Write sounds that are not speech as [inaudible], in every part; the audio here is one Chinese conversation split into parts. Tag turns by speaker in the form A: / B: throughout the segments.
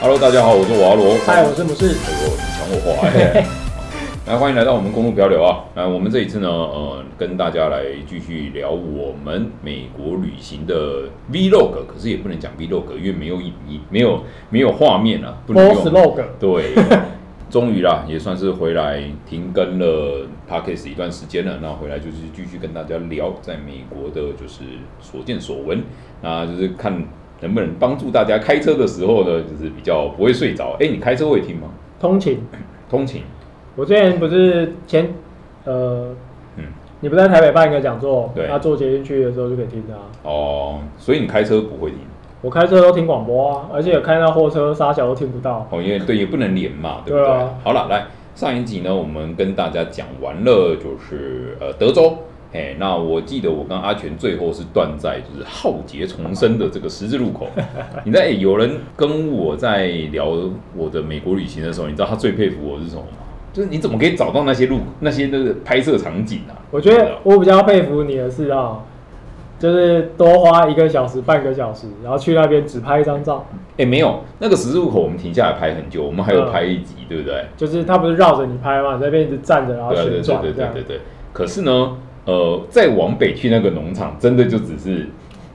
A: Hello，大家好，我是瓦罗。
B: 嗨，我是不是？
A: 哎呦，你抢我话！
B: [laughs]
A: 哎来，欢迎来到我们公路漂流啊！来，我们这一次呢，呃，跟大家来继续聊我们美国旅行的 Vlog，可是也不能讲 Vlog，因为没有影音，没有没有画面啊，不能
B: Boss
A: 用。
B: log，
A: 对，终于啦，也算是回来停更了 Podcast 一段时间了。那回来就是继续跟大家聊在美国的，就是所见所闻。那就是看能不能帮助大家开车的时候呢，就是比较不会睡着。哎，你开车会听吗？
B: 通勤。
A: 通勤，
B: 我之前不是前呃，
A: 嗯，
B: 你不在台北办一个讲座，
A: 对
B: 那坐捷运去的时候就可以听的啊。
A: 哦，所以你开车不会听，
B: 我开车都听广播啊，而且开到货车沙小都听不到。
A: 哦，因为对也不能连嘛，对不对？
B: 对啊
A: 好了，来上一集呢，我们跟大家讲完了，就是呃德州。哎，那我记得我跟阿全最后是断在就是浩劫重生的这个十字路
B: [laughs]
A: 口。你在、哎有人跟我在聊我的美国旅行的时候，你知道他最佩服我是什么吗？就是你怎么可以找到那些路那些那个拍摄场景啊？
B: 我觉得我比较佩服你的是啊，就是多花一个小时、半个小时，然后去那边只拍一张照，
A: 哎没有那个十字路口，我们停下来拍很久，我们还
B: 嗯
A: 有拍一集，对不对？
B: 就是他不是绕着你拍嘛，你在那边一直站着，然后
A: 对啊对
B: 旋转
A: 对对
B: 这
A: 对
B: 样
A: 对。对。可是呢，呃，再往北去那个农场，真的就只是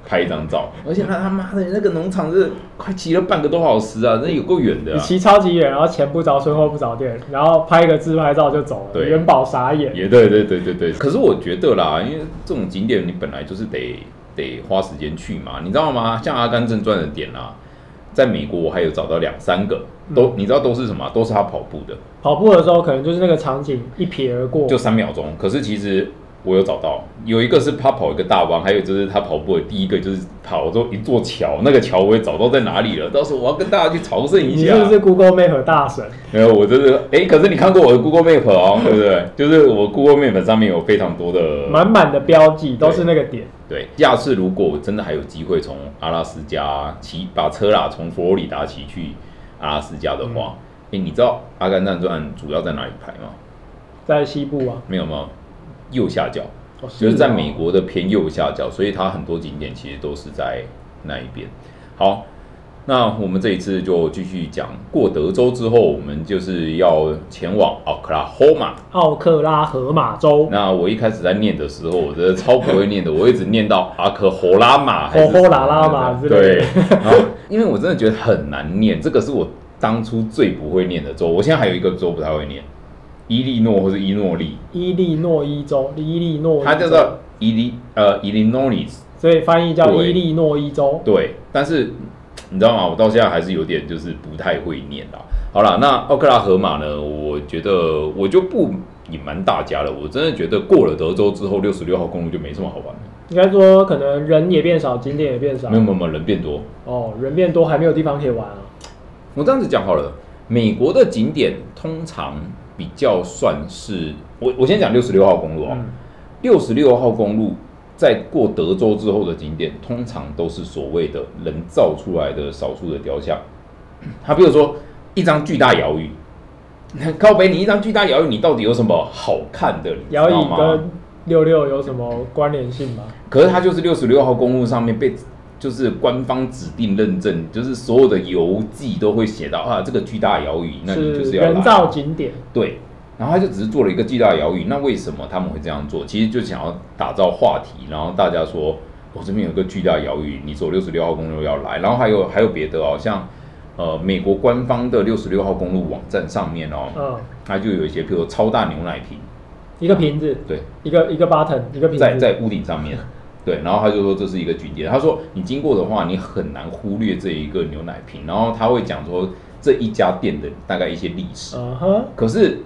A: 拍一张照，而且他他妈的那个农场是快骑了半个多小时啊，那有够远的、
B: 你
A: 啊。
B: 骑超级远，然后前不着村后不着店，然后拍一个自拍照就走了，
A: 对
B: 元宝傻眼。
A: 也对对对对对。可是我觉得啦，因为这种景点你本来就是得得花时间去嘛，你知道吗？像《阿甘正传》的点啊，在美国我还有找到两三个，都、你知道都是什么啊？都是他跑步的，
B: 跑步的时候，可能就是那个场景一瞥而过，
A: 就三秒钟。可是其实我有找到，有一个是他跑一个大弯，还有就是他跑步的第一个就是跑之后一座桥，那个桥我也找到在哪里了。到时候我要跟大家去朝圣一
B: 你
A: 下。
B: 是不是 Google Map 大神？
A: 没有，我就是哎、可是你看过我的 Google Map 哦， [laughs] 对不对？就是我 Google Map 上面有非常多的
B: 满满的标记都是那个点，
A: 对。下次如果我真的还有机会从阿拉斯加骑把车啦，从佛罗里达骑去阿拉斯加的话，哎、你知道《阿甘正传》主要在哪里拍吗？
B: 在西部啊，
A: 没有吗？右下角。
B: 哦
A: 就是在美，国的偏右下角，所以它很多景点其实都是在那一边。好，那我们这一次就继续讲过德州之后，我们就是要前往 Oklahoma。
B: 奥克拉荷马州，
A: 那我一开始在念的时候，我真的超不会念的，我一直念到阿克霍拉玛还是
B: 火火拉拉玛之类
A: 对
B: 的，
A: 然后因为我真的觉得很难念，这个是我当初最不会念的州。我现在还有一个州不太会念，伊利诺或是伊诺利，
B: 伊利诺伊州，伊利诺伊州，
A: 它叫做伊利呃伊利诺里斯。
B: 所以翻译叫
A: 对
B: 伊利诺伊州。
A: 对，但是你知道吗？我到现在还是有点就是不太会念啦。好啦，那奥克拉荷马呢？我觉得我就不隐瞒大家了，我真的觉得过了德州之后，六十六号公路就没什么好玩了。
B: 应该说，可能人也变少，景点也变少
A: 没，有没有没有，人变多。
B: 哦，人变多，还没有地方可以玩啊。
A: 我这样子讲好了，美国的景点通常比较算是我我先讲六十六号公路哦，
B: 嗯，
A: 六十六号公路。在过德州之后的景点，通常都是所谓的人造出来的少数的雕像。 [clears throat] 它比如说一张巨大摇椅， [laughs] 靠北你一张巨大摇椅，你到底有什么好看的？你知
B: 摇
A: 道
B: 椅
A: 吗？
B: 跟六六有什么关联性吗？
A: 可是它就是六十六号公路上面被就是官方指定认证，就是所有的游记都会写到啊，这个巨大摇椅，那你就是要来
B: 人造景点，
A: 对。然后他就只是做了一个巨大摇椅，那为什么他们会这样做？其实就想要打造话题，然后大家说，我、这边有个巨大摇椅，你走六十六号公路要来，然后还有还有别的哦，像呃美国官方的六十六号公路网站上面哦，
B: 嗯，
A: 它就有一些，譬如说超大牛奶瓶，
B: 一个瓶子，
A: 对，
B: 一个一个 button，一个瓶
A: 在
B: 子，
A: 在屋顶上面，对，然后他就说这是一个景点，他说你经过的话，你很难忽略这一个牛奶瓶，然后他会讲说这一家店的大概一些历史，
B: 嗯哼。
A: 可是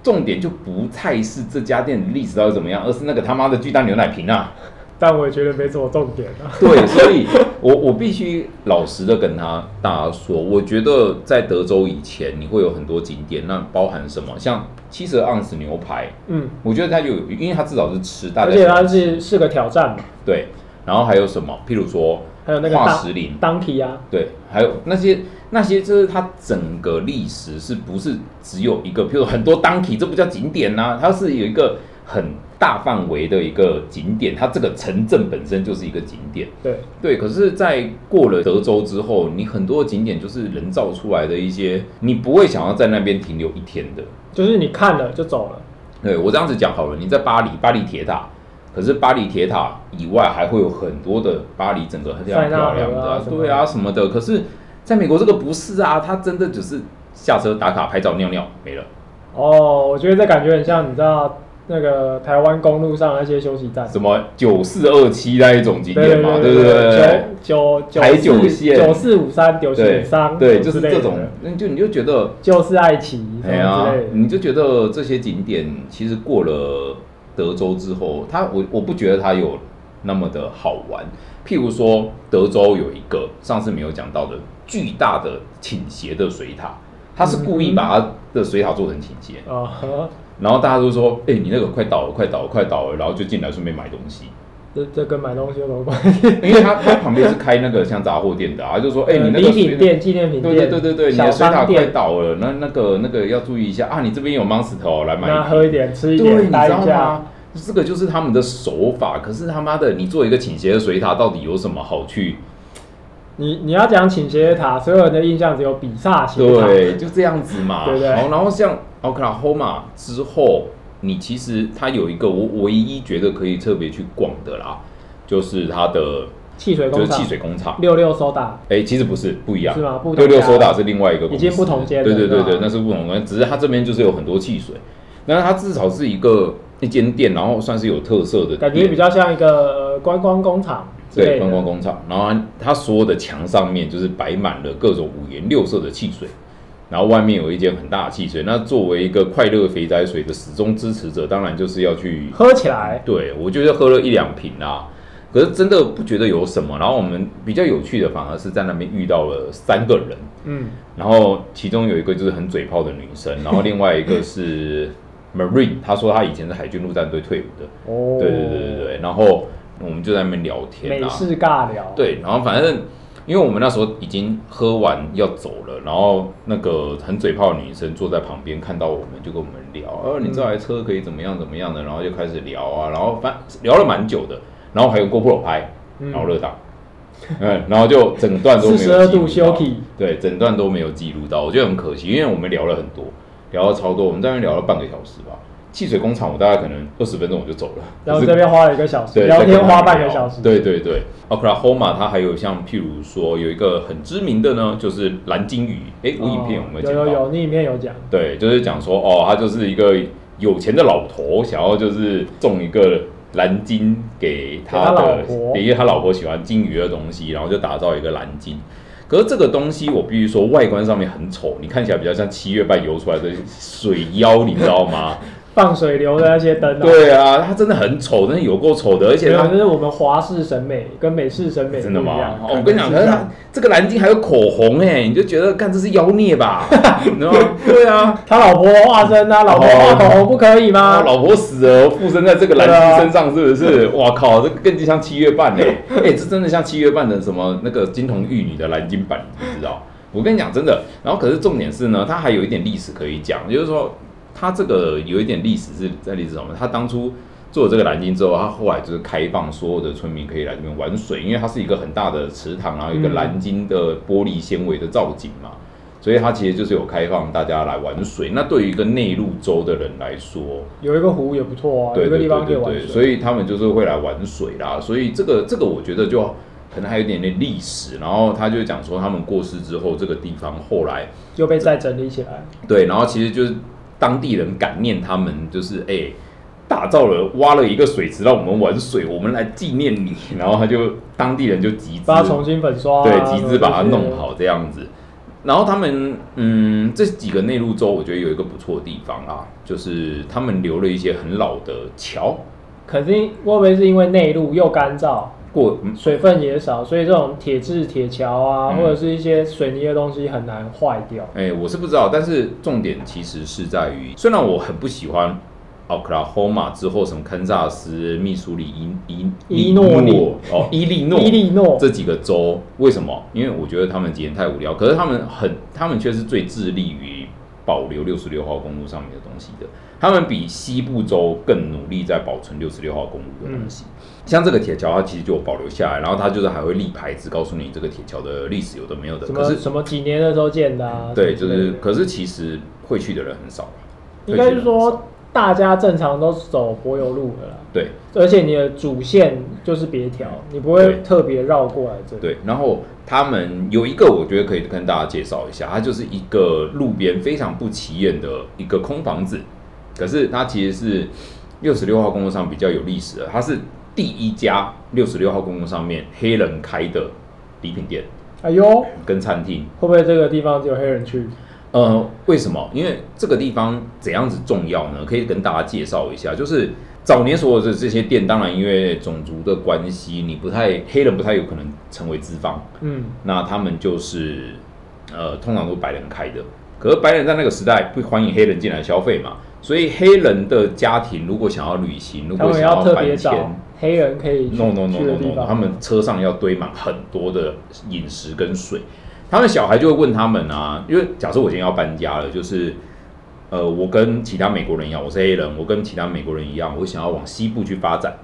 A: 重点就不太是这家店的历史到底怎么样，而是那个他妈的巨大牛奶瓶
B: [laughs]
A: 啊！
B: 但我也觉得没什么重点 [laughs] 啊。
A: 对，所以 [laughs] 我我必须老实的跟他大家说，我觉得在德州以前你会有很多景点，那包含什么？像七十盎司牛排，
B: 嗯，
A: 我觉得它就有，因为它至少是吃，大家
B: 而且
A: 喜欢
B: 它
A: 吃
B: 是是个挑战嘛，
A: 对，然后还有什么？譬如说
B: 还有那个
A: 化
B: 当
A: 石林，
B: 当题啊，
A: 对，还有那些那些，就是它整个历史是不是只有一个？譬如很多当体，这不叫景点呐、它是有一个很大范围的一个景点，它这个城镇本身就是一个景点。
B: 对，
A: 对，可是，在过了德州之后，你很多景点就是人造出来的一些，你不会想要在那边停留一天的。
B: 就是你看了就走了，
A: 对我这样子讲好了，你在巴黎，巴黎铁塔，可是巴黎铁塔以外还会有很多的巴黎整个非常
B: 塞纳河啊
A: 漂亮的、
B: 什么的
A: 对啊什么的。可是，在美国这个不是啊，它真的只是下车打卡、拍照、尿尿没了。
B: 哦，我觉得这感觉很像，你知道那个台湾公路上那些休息站，
A: 什么九四二七那一种景点嘛，对不对？
B: 九九
A: 台
B: 九
A: 九
B: 四
A: 线
B: 九四五三九四
A: 对
B: 五三，
A: 对，就是这
B: 之类
A: 种
B: 的，
A: 那就你就觉得
B: 就是爱奇艺什
A: 哎呀、
B: 么之类的，
A: 你就觉得这些景点其实过了德州之后，它我我不觉得它有那么的好玩。譬如说，德州有一个上次没有讲到的巨大的倾斜的水塔，它是故意把它的水塔做成倾斜，
B: 啊呵，
A: 然后大家都说：“哎、你那个快倒了，快倒了，快倒了！”然后就进来顺便买东西， [laughs]
B: 这这跟买东西有什么关系？
A: 因为它它旁边是开那个像杂货店的啊，就说：“哎、你那个
B: 礼
A: 水
B: 品店、纪念品
A: 对对
B: 店，
A: 对对对，你
B: 小
A: 的水塔快
B: 商店，
A: 倒了，那那个那个要注意一下啊！你这边有 Monster 哦来买一
B: 那
A: 瓶
B: 喝一点、吃一
A: 对，你
B: 点、
A: 知
B: 待一
A: 道
B: 下，
A: 吗？这个就是他们的手法。可是他妈的，你做一个倾斜的水塔，到底有什么好去？
B: 你你要讲倾斜塔，所有人的印象只有比萨斜塔，
A: 对，就这样子嘛。
B: 对不对
A: 好，然后像 Oklahoma 之后，你其实它有一个我我唯一觉得可以特别去逛的啦，就是它的
B: 汽水
A: 就
B: 工
A: 是
B: 厂
A: 汽，水工厂。
B: 六六收打，
A: 哎、其实不是，不一样。
B: 是吗不同
A: 六六
B: 家
A: 收打是另外一个公司，
B: 已经不同间了
A: 对对对
B: 是
A: 对
B: 吧，
A: 那是不同间，只是它这边就是有很多汽水，那它至少是一个一间店，然后算是有特色的店，
B: 感觉比较像一个、呃、观光工厂之类
A: 对，
B: 的，
A: 观光工厂，然后它所有的墙上面就是摆满了各种五颜六色的汽水，然后外面有一间很大的汽水。那作为一个快乐肥仔水的始终支持者，当然就是要去，
B: 喝起来，
A: 对我就是喝了一两瓶啦，可是真的不觉得有什么。然后我们比较有趣的，反而是在那边遇到了三个人，
B: 嗯，
A: 然后其中有一个就是很嘴炮的女生，
B: [laughs]
A: 然后另外一个是 Marine，她说她以前是海军陆战队退伍的，
B: 哦，
A: 对对对对对，然后我们就在那边聊天啊
B: 美
A: 啦。
B: 式尬聊，，
A: 对，然后反正因为我们那时候已经喝完要走了，然后那个很嘴炮的女生坐在旁边，看到我们就跟我们聊，
B: 嗯
A: 呃，你这台车可以怎么样怎么样的，然后就开始聊啊，然后反聊了蛮久的，然后还有 GoPro 拍，
B: 嗯
A: 然后热档。 [laughs] 嗯，然后就整段都没有记录
B: 42
A: 到
B: 度休息
A: 对，整段都没有记录到，我觉得很可惜，因为我们聊了很多，聊了超多，我们在那边聊了半个小时吧。汽水工厂我大概可能二十分钟我就走了，可
B: 然后
A: 是
B: 这边花了一个小时，
A: 对，
B: 聊
A: 在跟
B: 天
A: 他
B: 花
A: 们
B: 半个
A: 聊
B: 小时，
A: 对对对，Oklahoma 它还有像譬如说有一个很知名的呢，就是蓝鲸鱼。诶，我影片有没有
B: 有
A: 讲
B: 哦有
A: 到？
B: 有，你影片有讲，
A: 对，就是讲说哦，他就是一个有钱的老头，想要就是送一个蓝鲸给他的
B: 给他老，婆
A: 因为他老婆喜欢鲸鱼的东西，然后就打造一个蓝鲸。可是这个东西，我必须说，外观上面很丑，你看起来比较像七月半游出来的水妖，你知道
B: [laughs]
A: 吗？
B: 放水流的那些灯啊，
A: 对啊，它真的很丑，真的有够丑的，而且
B: 没有，
A: 它
B: 就是我们华式审美跟美式审美
A: 真的
B: 不一
A: 吗
B: 样？
A: 哦我跟你讲，可是它这个蓝鲸还有口红哎，你就觉得干这是妖孽
B: [laughs]
A: 吧？你知道吗？对啊，
B: [laughs] 他老婆化身啊，老婆画
A: 哦
B: 口红不可以吗？
A: 啊，老婆死了附身在这个蓝
B: 对啊
A: 鲸身上，是不是？
B: [laughs]
A: 哇靠，这更像七月半哎，哎，这真的像七月半的什么那个金童玉女的蓝鲸版，你知不知道？我跟你讲真的，然后可是重点是呢，它还有一点历史可以讲，就是说它这个有一点历史是在历史什么？它当初做了这个蓝鲸之后，它后来就是开放所有的村民可以来这边玩水，因为它是一个很大的池塘，然后有一个
B: 嗯
A: 蓝鲸的玻璃纤维的造景嘛，所以它其实就是有开放大家来玩水。那对于一个内陆州的人来说，
B: 有一个湖也不错啊，有
A: 对
B: 一
A: 对
B: 个
A: 对
B: 地方可以
A: 对
B: 玩
A: 对，
B: 水
A: 所以他们就是会来玩水啦。所以这个这个我觉得就可能还有一点点历史。然后他就讲说，他们过世之后，这个地方后来
B: 就被再整理起来。
A: 对，然后其实就是当地人感念他们，就是哎、打造了挖了一个水池让我们玩水，我们来纪念你。然后他就当地人就集资
B: 把它重新粉刷、啊，
A: 对，集资把它
B: 什么这些
A: 弄。好这样子。然后他们，嗯，这几个内陆州，我觉得有一个不错的地方啦，就是他们留了一些很老的桥，
B: 可是会不会是因为内陆又干燥，
A: 过嗯
B: 水分也少，所以这种铁质、铁桥啊，
A: 嗯
B: 或者是一些水泥的东西很难坏掉？
A: 哎、我是不知道，但是重点其实是在于，虽然我很不喜欢奥克拉荷马之后什么堪萨斯、密苏里、伊伊
B: 伊诺利
A: 哦伊利诺
B: 伊利诺
A: 这几个州，为什么？因为我觉得他们几点太无聊，可是他们很，他们却是最致力于保留六十六号公路上面的东西的，他们比西部州更努力在保存六十六号公路的东西。
B: 嗯
A: 像这个铁桥，它其实就有保留下来，然后它就是还会立牌子告诉你这个铁桥的历史有的没有的。
B: 什
A: 可
B: 么
A: 是
B: 什么几年的时候建的啊？
A: 对，
B: 什
A: 就
B: 么之类
A: 是
B: 的
A: 可是其实会去的人很少吧
B: 应该是
A: 会去的人很少
B: 说大家正常都是走柏油路的啦，
A: 对。
B: 而且你的主线就是别条，你不
A: 对
B: 会特别绕过来这里。
A: 对，然后他们有一个我觉得可以跟大家介绍一下，它就是一个路边非常不起眼的一个空房子，可是它其实是六十六号公路上比较有历史的，它是第一家六十六号公路上面黑人开的礼品店
B: 哎呦，会
A: 跟餐厅。
B: 不会这个地方只有黑人去？
A: 呃，为什么？因为这个地方怎样子重要呢？可以跟大家介绍一下，就是早年所有的这些店，当然因为种族的关系，你不太黑人不太有可能成为资方，
B: 嗯，
A: 那他们就是呃，通常都白人开的。可是白人在那个时代不欢迎黑人进来消费嘛，所以黑人的家庭如果想要旅行，如
B: 他
A: 果
B: 们
A: 想
B: 要特别
A: 搬迁
B: 找黑人可以去
A: no no no
B: 去的
A: no
B: 地
A: no，
B: 方。
A: 他们车上要堆满很多的饮食跟水。他们小孩就会问他们啊，因为假设我今天要搬家了，就是呃，我跟其他美国人一样，我是黑人，我跟其他美国人一样，我想要往西部去发展。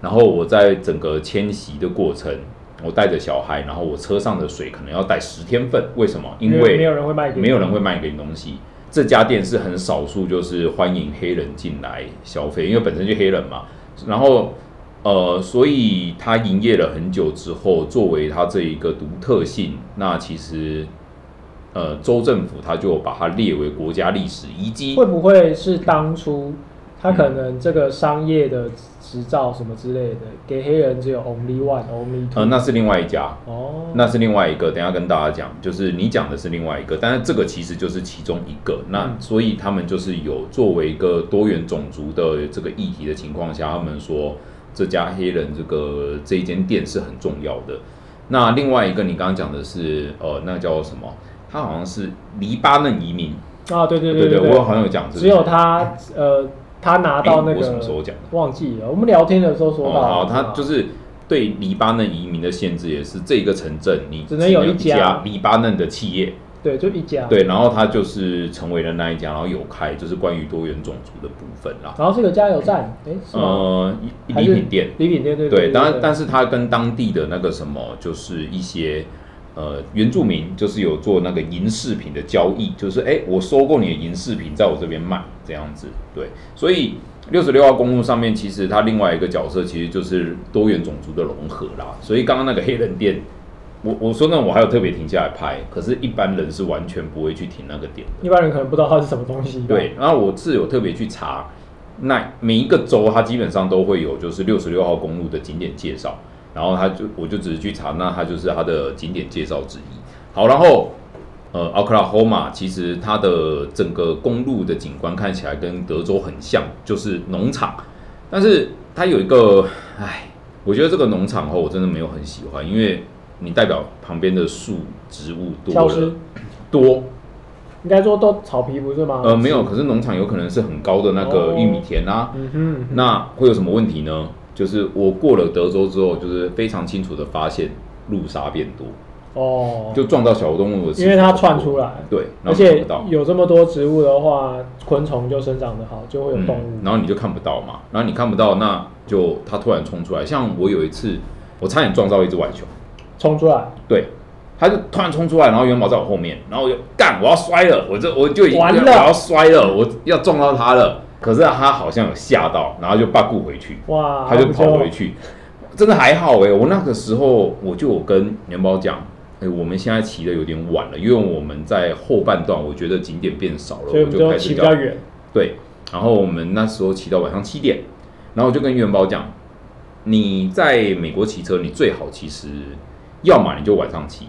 A: 然后我在整个迁徙的过程，我带着小孩，然后我车上的水可能要带十天份，为什么？因为
B: 没有人会卖给你
A: 没有人会卖给你东西。这家店是很少数，就是欢迎黑人进来消费，因为本身就黑人嘛。然后，呃，所以它营业了很久之后，作为它这一个独特性，那其实，呃，州政府它就把它列为国家历史遗迹。
B: 会不会是当初他可能这个商业的执照什么之类的，给黑人只有 only one only two？
A: 呃，那是另外一家，
B: 哦，
A: 那是另外一个，等一下跟大家讲，就是你讲的是另外一个，但是这个其实就是其中一个。那
B: 嗯
A: 所以他们就是有作为一个多元种族的这个议题的情况下，他们说这家黑人这个这一间店是很重要的。那另外一个你刚刚讲的是呃，那叫什么？他好像是黎巴嫩移民，
B: 啊，对对
A: 对
B: 对
A: 我好像有讲，
B: 只有他呃，他拿到那
A: 哎我
B: 个
A: 什么时候讲的
B: 忘记了，我们聊天的时候说到，啊
A: 哦，好，他就是对黎巴嫩移民的限制也是这个城镇你
B: 只能有
A: 一
B: 一家
A: 黎巴嫩的企业。
B: 对，就一家，，
A: 对，然后他就是成为了那一家，然后有开就是关于多元种族的部分啦。
B: 然后是个加油站，哎，是吗？
A: 呃，一
B: 还
A: 礼
B: 是
A: 品店，
B: 礼品店对
A: 对，当然，但
B: 是
A: 是他跟当地的那个什么，就是一些呃原住民，就是有做那个银饰品的交易，就是哎，我收购你的银饰品，在我这边卖这样子，对，所以。六十六号公路上面，其实它另外一个角色其实就是多元种族的融合啦。所以刚刚那个黑人店，我我说呢，我还有特别停下来拍，可是一般人是完全不会去停那个点的。
B: 一般人可能不知道它是什么东西，
A: 对，，然后我是有特别去查，那每一个州它基本上都会有就是六十六号公路的景点介绍，然后他就我就只是去查，那它就是它的景点介绍之一。好，然后呃，Oklahoma 其实它的整个公路的景观看起来跟德州很像，就是农场，但是它有一个，唉，我觉得这个农场后我真的没有很喜欢，因为你代表旁边的树植物多
B: 消失
A: 了，多，
B: 应该说都草皮啊不是哦吗？
A: 呃，没有，可是农场有可能是很高的那个玉米田啊，
B: 嗯哼，嗯哼，
A: 那会有什么问题呢？就是我过了德州之后，就是非常清楚的发现路杀变多，
B: 哦，
A: 就撞到小动物的次数
B: 因为它
A: 很多
B: 窜出来
A: 对，然
B: 而
A: 后你看
B: 且
A: 不到，
B: 有这么多植物的话，昆虫就生长得好，就会有动物。
A: 嗯然后你就看不到嘛，然后你看不到，那就它突然冲出来，像我有一次，我差点撞到一只浣熊，
B: 冲出来，
A: 对，它就突然冲出来，然后元宝在我后面，然后我就干，我要摔了，我这我就已经
B: 完了
A: 我要摔了，我要撞到它了，可是它好像有吓到，然后就把顾回去，
B: 哇，
A: 他就跑回去。真的还好哎、我那个时候我就有跟元宝讲，哎、我们现在骑的有点晚了，因为我们在后半段，我觉得景点变少了，
B: 所以我们就
A: 开
B: 骑
A: 始
B: 比较
A: 叫
B: 远，
A: 对。然后我们那时候骑到晚上七点，然后我就跟元宝讲，你在美国骑车，你最好其实要么你就晚上骑，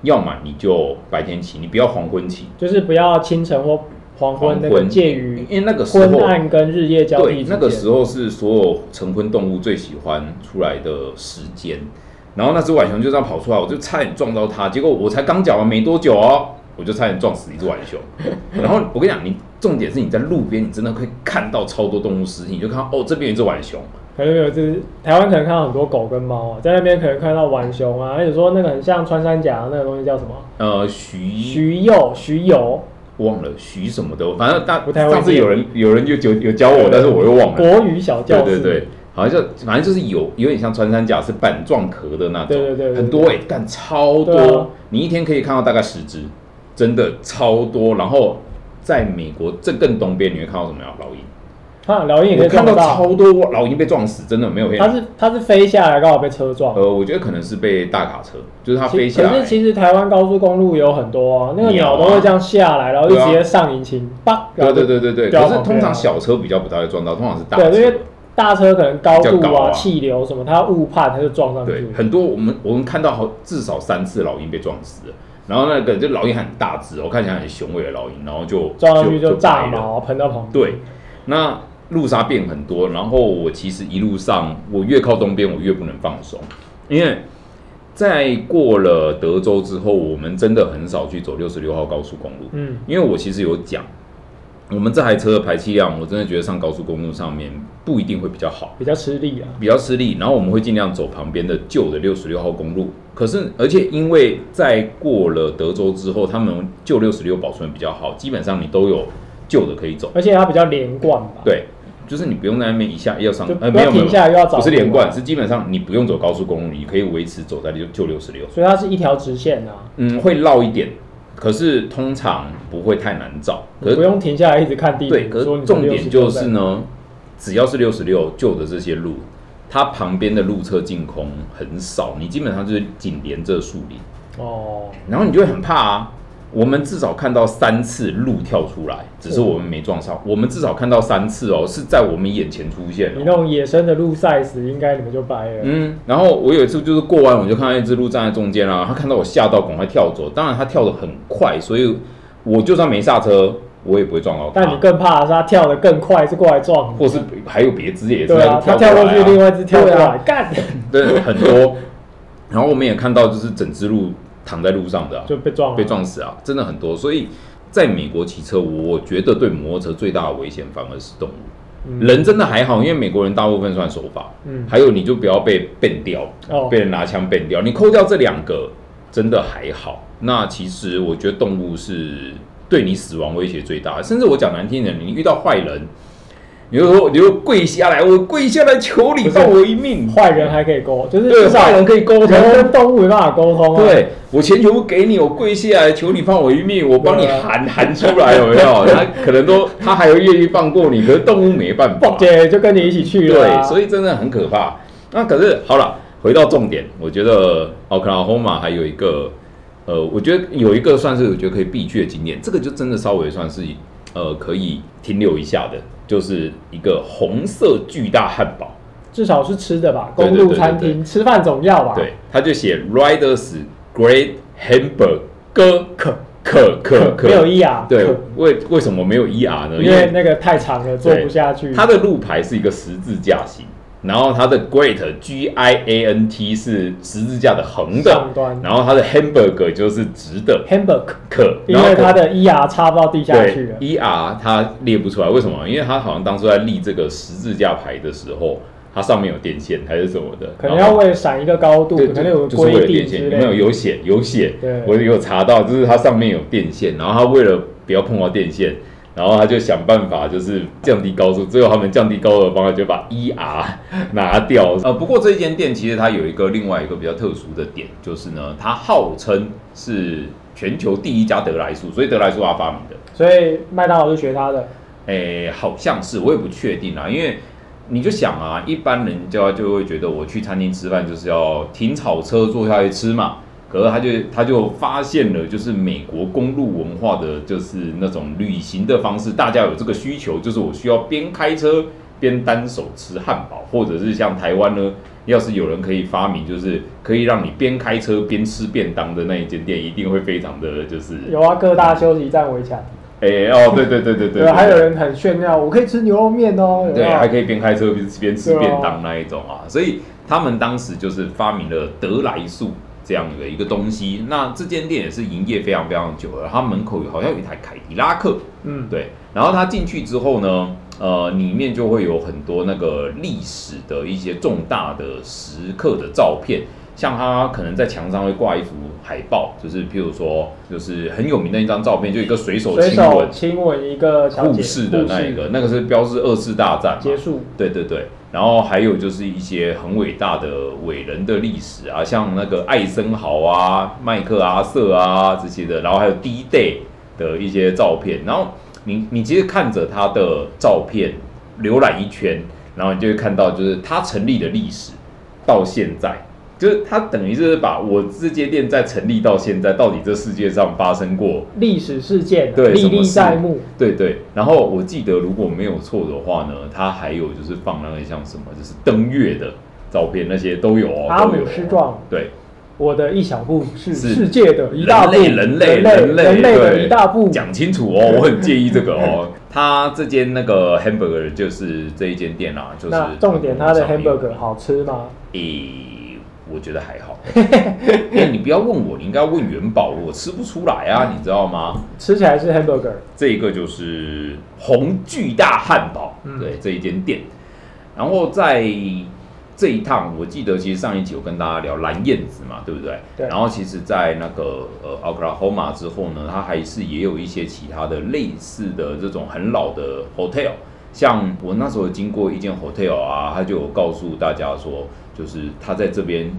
A: 要么你就白天骑，你不要黄昏骑。
B: 就是不要清晨或黄昏那个介于
A: 因为那个时候
B: 昏暗跟日夜交替
A: 对
B: 之，间。
A: 那个时候是所有晨昏动物最喜欢出来的时间。然后那只浣熊就这样跑出来，我就差点撞到它。结果我才刚讲完没多久哦，我就差点撞死一只浣熊。然后我跟你讲，你重点是你在路边，你真的会看到超多动物尸体，你就看到哦，这边有一只浣熊，
B: 可能有只台湾可能看到很多狗跟猫啊，在那边可能看到浣熊啊，而且说那个很像穿山甲的那个东西叫什么？
A: 呃，徐
B: 徐鼬、徐游，
A: 忘了徐什么的，反正大
B: 不太会
A: 上次有人有人就有有教我，哦但是我又忘了。
B: 国语小
A: 对
B: 教
A: 对
B: 室，
A: 对，好像就反正就是有有点像穿山甲是板状壳的那种，
B: 对对对对
A: 很多哎、干超多，
B: 对啊
A: 你一天可以看到大概十只，真的超多。然后在美国这更东边，你会看到什么呀？老鹰，
B: 啊，老鹰也可
A: 我
B: 以
A: 看
B: 撞
A: 到超多老鹰被撞死，真的没有骗
B: 它
A: 你。
B: 是它是飞下来刚好被车撞。
A: 呃，我觉得可能是被大卡车，就是它
B: 其
A: 飞下
B: 可
A: 来
B: 是，其实台湾高速公路有很多啊，那个
A: 鸟啊
B: 鸟都会这样下来，然后就
A: 对啊
B: 直接上引擎，叭、
A: 对
B: 然后
A: 对
B: 就
A: 对对对。
B: 掉
A: 可
B: 到
A: 是
B: 旁边
A: 通常
B: 啊
A: 小车比较不太会撞到，通常是大
B: 对，因
A: 车
B: 为。大车可能高
A: 比较
B: 度
A: 高啊
B: 啊、气流什么，它误判它就撞上
A: 对
B: 去，。
A: 很多我们我们看到好至少三次老鹰被撞死了，然后那个就老鹰很大只哦，看起来很雄伟的老鹰，然后就
B: 撞上去就炸
A: 没了。
B: 毛啊，喷到旁边。
A: 对，那路杀变很多，然后我其实一路上我越靠东边，我越不能放松，因为在过了德州之后，我们真的很少去走六十六号高速公路，
B: 嗯，
A: 因为我其实有讲，我们这台车的排气量，我真的觉得上高速公路上面不一定会比较好。
B: 比较吃力啊。
A: 比较吃力，然后我们会尽量走旁边的旧的六十六号公路。可是，而且因为在过了德州之后，他们旧六十六保存得比较好，基本上你都有旧的可以走。
B: 而且它比较连贯吧。，
A: 对，就是你不用在那边一下要上
B: 就，
A: 呃，
B: 不
A: 没有
B: 要
A: 没有，
B: 停下来又要找
A: 不是连
B: 路
A: 贯，
B: 啊
A: 是基本上你不用走高速公路，你可以维持走在旧旧六十六。
B: 所以它是一条直线啊，
A: 嗯，会绕一点，可是通常不会太难找。可
B: 你
A: 是
B: 不用停下来一直看地
A: 对，
B: 图，
A: 可
B: 说你
A: 是
B: 从
A: 重点
B: 60
A: 就是嗯
B: 在
A: 呢，只要是六十六旧的这些路，它旁边的路侧净空很少，你基本上就是紧连着树林，
B: 哪哦，
A: 然后你就会很怕啊。我们至少看到三次鹿跳出来，只是我们没撞上。我们至少看到三次哦，是在我们眼前出现
B: 你
A: 哦、
B: 那种野生的路赛死，应该你们就掰了。
A: 嗯，然后我有一次就是过弯，我就看到一只鹿站在中间啊，它看到我吓到，赶快跳走。当然它跳得很快，所以我就算没刹车，我也不会撞到它。
B: 但你更怕的是它跳得更快，是过来撞你。
A: 或是还有别只也是
B: 对啊，
A: 在
B: 它
A: 跳
B: 跳
A: 过
B: 过去，另外一只跳过
A: 对
B: 来
A: 啊，
B: 干，
A: 对，很多。然后我们也看到，就是整只鹿躺在路上的啊、
B: 就被撞了。
A: 被。撞死啊，真的很多。所以在美国骑车，我觉得对摩托车最大的危险反而是动物，
B: 嗯
A: 人真的还好，因为美国人大部分算守法，
B: 嗯
A: 还有你就不要被变掉，
B: 哦
A: 被人拿枪变掉。你扣掉这两个，真的还好。那其实我觉得动物是对你死亡威胁最大的，甚至我讲难听点，你遇到坏人，你就说你就跪下来，我跪下来求你
B: 不是
A: 放我一命。
B: 坏人还可以沟，就是
A: 对
B: 至少
A: 坏人可以沟通
B: 人跟动物没办法沟通啊。，
A: 对我钱全部给你，我跪下来求你放我一命，我帮你
B: 对啊
A: 喊喊出来有没有？他可能都他还会愿意放过你，可是动物没办法
B: 凤。姐就跟你一起去了啊、
A: 对，所以真的很可怕。那可是好了，回到重点，我觉得哦 Oklahoma 还有一个，呃，我觉得有一个算是我觉得可以必去的景点，这个就真的稍微算是呃可以停留一下的，就是一个红色巨大汉堡。
B: 至少是吃的吧，
A: 对
B: 公
A: 对
B: 路
A: 对对
B: 餐
A: 对
B: 厅吃饭总要吧。
A: 对，他就写 Riders Great Hamburg 哥可可可可
B: 没有 ER
A: 对
B: 可，
A: 为为什么没有 ER 呢？
B: 因为那个太长了，做
A: 对
B: 不下去。
A: 它的路牌是一个十字架形，然后它的 Great G I A N T 是十字架的横的
B: 上端，
A: 然后它的 Hamburg 就是直的
B: Hamburg，
A: 可，
B: 因
A: 然后
B: 为
A: 可
B: 它的 ER 插不到地下去
A: 对
B: 了。
A: ER 它列不出来，为什么？因为它好像当初在立这个十字架牌的时候，它上面有电线还是什么的，
B: 可能
A: 然后
B: 要为了闪一个高度，
A: 对，
B: 可能有
A: 就是为
B: 规
A: 了电
B: 定
A: 线，
B: 之
A: 有
B: 类
A: 没有
B: 的。
A: 有写有写
B: 对，
A: 我有查到，就是它上面有电线，然后他为了不要碰到电线，然后他就想办法就是降低高速，最后他们降低高速的方法就把 ER [laughs] 拿掉。呃，不过这一间店其实它有一个另外一个比较特殊的点，就是呢，它号称是全球第一家德莱素，所以德莱素它发明的。
B: 所以麦当劳就学它的，
A: 诶、好像是，我也不确定啊，因为你就想啊，一般人家就会觉得我去餐厅吃饭就是要停草车坐下去吃嘛，可是他就他就发现了，就是美国公路文化的就是那种旅行的方式，大家有这个需求，就是我需要边开车边单手吃汉堡，或者是像台湾呢。要是有人可以发明，就是可以让你边开车边吃便当的那一间店，一定会非常的就是，
B: 有啊，各大休息站围墙，
A: 诶、哦，对对对对对
B: 对啊，还有人很炫耀，我可以吃牛肉面哦，有没
A: 对，啊
B: 有
A: 还可以边开车边吃边吃
B: 对啊
A: 便当那一种啊，所以他们当时就是发明了德来素这样的一个东西。那这间店也是营业非常非常久了，它门口有好像有一台凯迪拉克，
B: 嗯，
A: 对，然后它进去之后呢，呃，里面就会有很多那个历史的一些重大的时刻的照片。像他可能在墙上会挂一幅海报，就是譬如说，就是很有名的一张照片，就一个水手
B: 随
A: 亲
B: 手
A: 吻
B: 亲吻一个小
A: 护
B: 姐，
A: 士的那一
B: 护
A: 个，那个是标志二次大战嘛呃
B: 士结束，
A: 对对对，然后还有就是一些很伟大的伟人的历史啊，像那个艾森豪啊、麦克阿瑟啊这些的，然后还有 D Day 的一些照片，然后你你其实看着他的照片浏览一圈，然后你就会看到就是他成立的历史到现在。就是他等于就是把我这间店在成立到现在，到底这世界上发生过
B: 历史事件啊
A: 对
B: 历
A: 什么
B: 历
A: 事
B: 在目。
A: 对对，然后我记得如果没有错的话呢，他还有就是放那个像什么就是登月的照片，那些都有哦，
B: 阿姆
A: 都有哦
B: 斯啊壮
A: 对
B: 我的一小步是
A: 是
B: 世界的一大步，
A: 人类人类
B: 人类人类的
A: 对
B: 一大步。
A: 讲清楚哦，我很介意这个
B: [laughs]
A: 哦。他这间那个 hamburger 就是这一间店啦、就是
B: 那重点，它的
A: 上面有
B: hamburger 好吃吗？
A: 诶，我觉得还好， [laughs] 因为你不要问我，你应该问元宝，我吃不出来啊，你知道吗？
B: 吃起来是 hamburger，
A: 这个就是红巨大汉堡，
B: 嗯
A: 对这一间店。然后在这一趟，我记得其实上一集有跟大家聊蓝燕子嘛，对不对？
B: 对
A: 然后其实，在那个呃 Oklahoma 之后呢，它还是也有一些其他的类似的这种很老的 hotel。像我那时候经过一间 hotel 啊，他就有告诉大家说，就是他在这边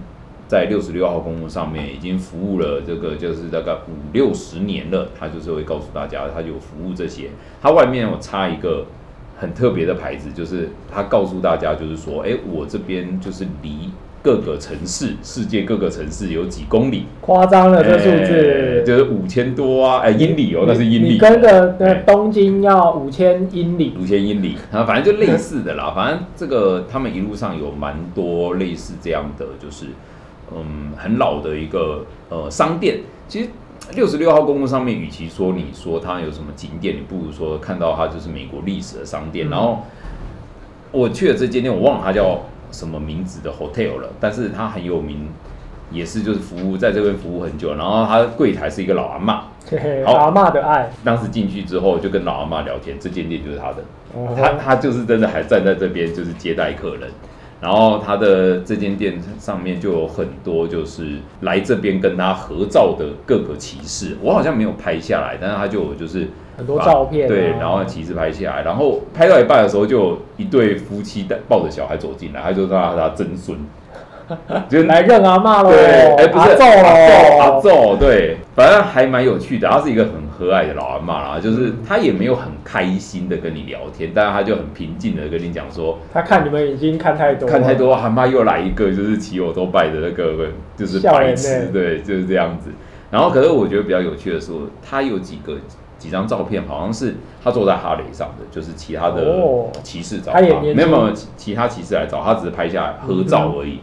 A: 在六十六号公路上面已经服务了这个就是大概五六十年了，他就是会告诉大家，他有服务这些。他外面有插一个很特别的牌子，就是他告诉大家，就是说，哎、我这边就是离各个城市、世界各个城市有几公里，
B: 夸张了这数
A: 哎就
B: 字。
A: 是五千多啊，哎、英里哦，那是英
B: 你
A: 里，
B: 你跟个那
A: 哎
B: 东京要五千英里，
A: 五千英里，啊，反正就类似的啦。反正这个他们一路上有蛮多类似这样的，就是嗯很老的一个呃商店。其实六十六号公路上面，与其说你说它有什么景点，你不如说看到它就是美国历史的商店。
B: 嗯
A: 然后我去了这间店，我忘了它叫什么名字的 hotel 了，但是它很有名。也是，就是服务在这边服务很久，然后它柜台是一个老阿嬷，
B: 嘿嘿
A: 哎好
B: [laughs] 阿嬷的爱。
A: 当时进去之后就跟老阿嬷聊天，这间店就是他的，
B: 哦
A: 他他就是真的还站在这边就是接待客人，然后他的这间店上面就有很多就是来这边跟他合照的各个骑士，我好像没有拍下来，但是他就有就是
B: 很多照片啊
A: 对，然后骑士拍下来，然后拍到一半的时候就有一对夫妻带抱着小孩走进来，他就说他是他曾孙， [laughs] 就是
B: 来认阿嬷喽，
A: 对，哎、不是
B: 阿揍
A: 阿
B: 喽，
A: 揍，阿揍，对，反正还蛮有趣的。他是一个很和蔼的老阿妈啦，就是他也没有很开心的跟你聊天，但是他就很平静的跟你讲说，
B: 他看你们已经看太多，
A: 看太，多阿妈又来一个，就是骑我都拜的那个，就是
B: 笑
A: 白
B: 脸
A: 痴
B: 妹，
A: 对，就是这样子。然后，可是我觉得比较有趣的是，他有几个几张照片，好像是他坐在哈雷上的，就是其他的
B: 哦
A: 骑士找他，
B: 他也
A: 没有
B: 年
A: 没有
B: 轻
A: 没有其其他骑士来找他，只是拍下来合照
B: 嗯
A: 而已。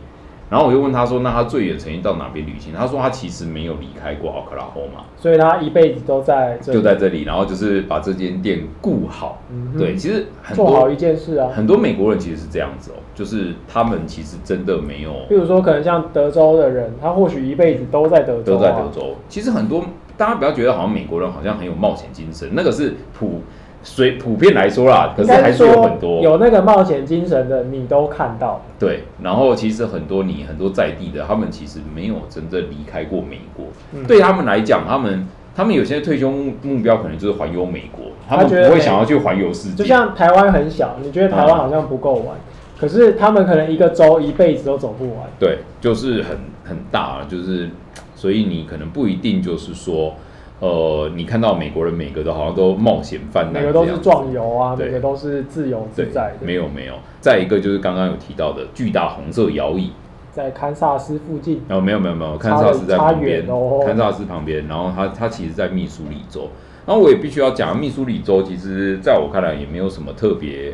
A: 然后我就问他说：“那他最远曾经到哪边旅行？”他说：“他其实没有离开过奥克拉荷马，
B: 所以他一辈子都在这里，
A: 就在这里。然后就是把这间店顾好。
B: 嗯哼
A: 对，其实很
B: 做好
A: 多
B: 一件事啊。
A: 很多美国人其实是这样子哦，就是他们其实真的没有
B: 比如说，可能像德州的人，他或许一辈子都在德州、
A: 都
B: 啊，
A: 在德州。其实很多大家不要觉得好像美国人好像很有冒险精神，那个是普随普遍来说啦，可
B: 应
A: 是
B: 该
A: 还是
B: 说
A: 有很多
B: 有那个冒险精神的，你都看到了。
A: 对。然后其实很多你很多在地的，他们其实没有真正离开过美国。
B: 嗯
A: 对他们来讲，他们他们有些退休目目标可能就是环游美国，他们
B: 觉得
A: 不会
B: 美
A: 想要去环游世界。
B: 就像台湾很小，你觉得台湾好像不够玩，
A: 嗯
B: 可是他们可能一个州一辈子都走不完。
A: 对，就是很很大，啊就是所以你可能不一定就是说，呃，你看到美国人每个都好像都冒险犯难
B: 每
A: 这
B: 个
A: 样
B: 都
A: 子，
B: 是壮游啊，
A: 对
B: 每个都是自由自
A: 对
B: 在的。
A: 没有没有。再一个就是刚刚有提到的巨大红色摇椅，
B: 在堪萨斯附近，
A: 哦，没有没有没有，
B: 差
A: 堪萨
B: 得
A: 斯在
B: 差
A: 旁边
B: 远，哦
A: 堪萨斯旁边，然后它它其实在密苏里州，然后我也必须要讲，密苏里州其实在我看来也没有什么特别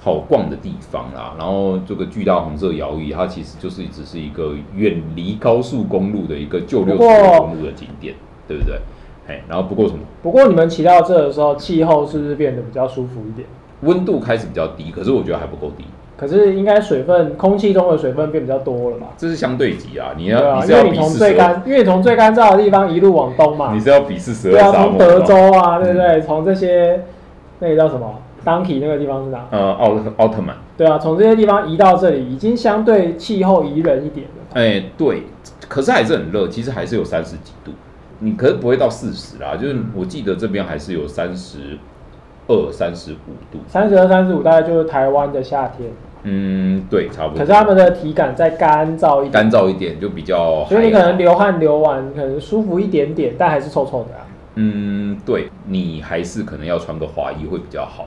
A: 好逛的地方啦。然后这个巨大红色摇椅，它其实就是只是一个远离高速公路的一个旧六
B: 不
A: 十
B: 过
A: 六公路的景点，对不对？哎，然后不过什么？
B: 不过你们骑到这的时候，气候是不是变得比较舒服一点？
A: 温度开始比较低，可是我觉得还不够低，
B: 可是应该水分，空气中的水分变比较多了吧？
A: 这是相对级啊！你
B: 对
A: 要、
B: 啊，
A: 你是
B: 因
A: 要比
B: 为你从
A: 四十
B: 最
A: 二，
B: 干，因为你从最干燥的地方一路往东嘛
A: 你，是要比四十
B: 对
A: 二
B: 啊，
A: 沙
B: 从
A: 漠
B: 德
A: 吗
B: 州啊，对不对？从这些那个叫什么 Donkey 那个地方是哪？
A: 呃，奥奥特曼，
B: 对啊，从这些地方移到这里，已经相对气候宜人一点了。
A: 哎、对，可是还是很热，其实还是有三十几度，你可是不会到四十啦，就是我记得这边还是有三十二、三十五度，
B: 三十二、三十五大概就是台湾的夏天，
A: 嗯，对，差不多。
B: 可是他们的体感再干燥一点，
A: 干燥一点就比较，
B: 所以你可能，流汗流完，可能舒服一点点，但还是臭臭的啊。
A: 嗯，对你还是可能要穿个华衣会比较好，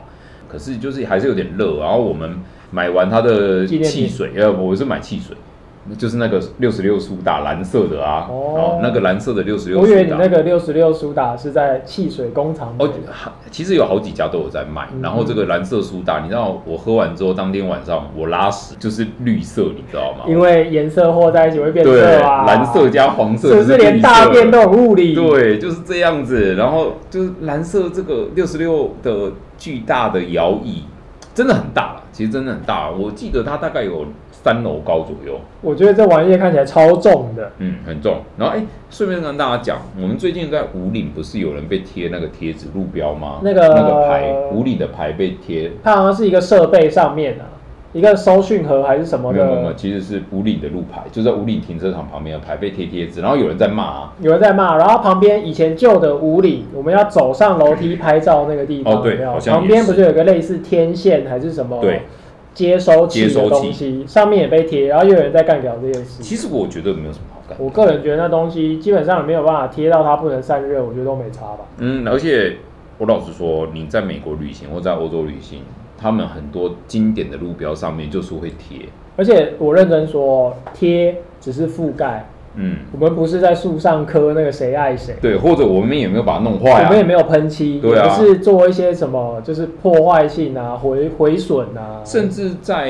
A: 可是就是还是有点热。然后我们买完它的
B: 纪念品
A: 汽水，呃，我是买汽水。就是那个六十六苏打蓝色的啊，
B: 哦
A: 然后那个蓝色的六十六
B: 我以
A: 苏
B: 为你
A: 打，
B: 那个六十六苏打是在汽水工厂买
A: 哦
B: 的，，
A: 其实有好几家都有在卖。
B: 嗯
A: 然后这个蓝色苏打，你知道我喝完之后，当天晚上我拉屎就是绿色，你知道吗？
B: 因为颜色和在一起会变
A: 哦对
B: 色啊，
A: 蓝色加黄色，
B: 是不是连大便都？很物理？
A: 对，就是这样子。然后就是蓝色这个六十六的巨大的摇椅，真的很大了，其实真的很大。我记得它大概有三楼高左右。
B: 我觉得这玩意看起来超重的，
A: 嗯，很重。然后哎，顺便跟大家讲，我们最近在五岭不是有人被贴那个贴纸路标吗？
B: 那个
A: 那个牌，五岭的牌被贴。
B: 它好像是一个设备上面啊，一个收讯盒还是什么
A: 没有没有没有，
B: 的，
A: 其实是五岭的路牌，就在五岭停车场旁边的牌被贴贴纸，然后有人在骂、啊。
B: 有人在骂。然后旁边以前旧的五里，我们要走上楼梯拍照那个地方，
A: 哦对
B: 有没有
A: 好像也
B: 旁边
A: 是
B: 不是有个类似天线还是什么
A: 对
B: 接收
A: 接
B: 器
A: 收
B: 的
A: 器
B: 东西，上面也被贴，然后又有人在干掉这件事。
A: 其实我觉得没有什么好干。
B: 我个人觉得那东西基本上没有办法贴到它不能散热，我觉得都没差吧。
A: 嗯，而且我老实说，你在美国旅行或在欧洲旅行，他们很多经典的路标上面就是会贴，
B: 而且我认真说，贴只是覆盖，
A: 嗯，
B: 我们不是在树上刻那个谁爱谁，
A: 对，或者我们也没有把它弄坏
B: 我们也
A: 啊，
B: 没有喷漆，
A: 对啊
B: 也不是做一些什么就是破坏性啊、毁毁损啊，
A: 甚至在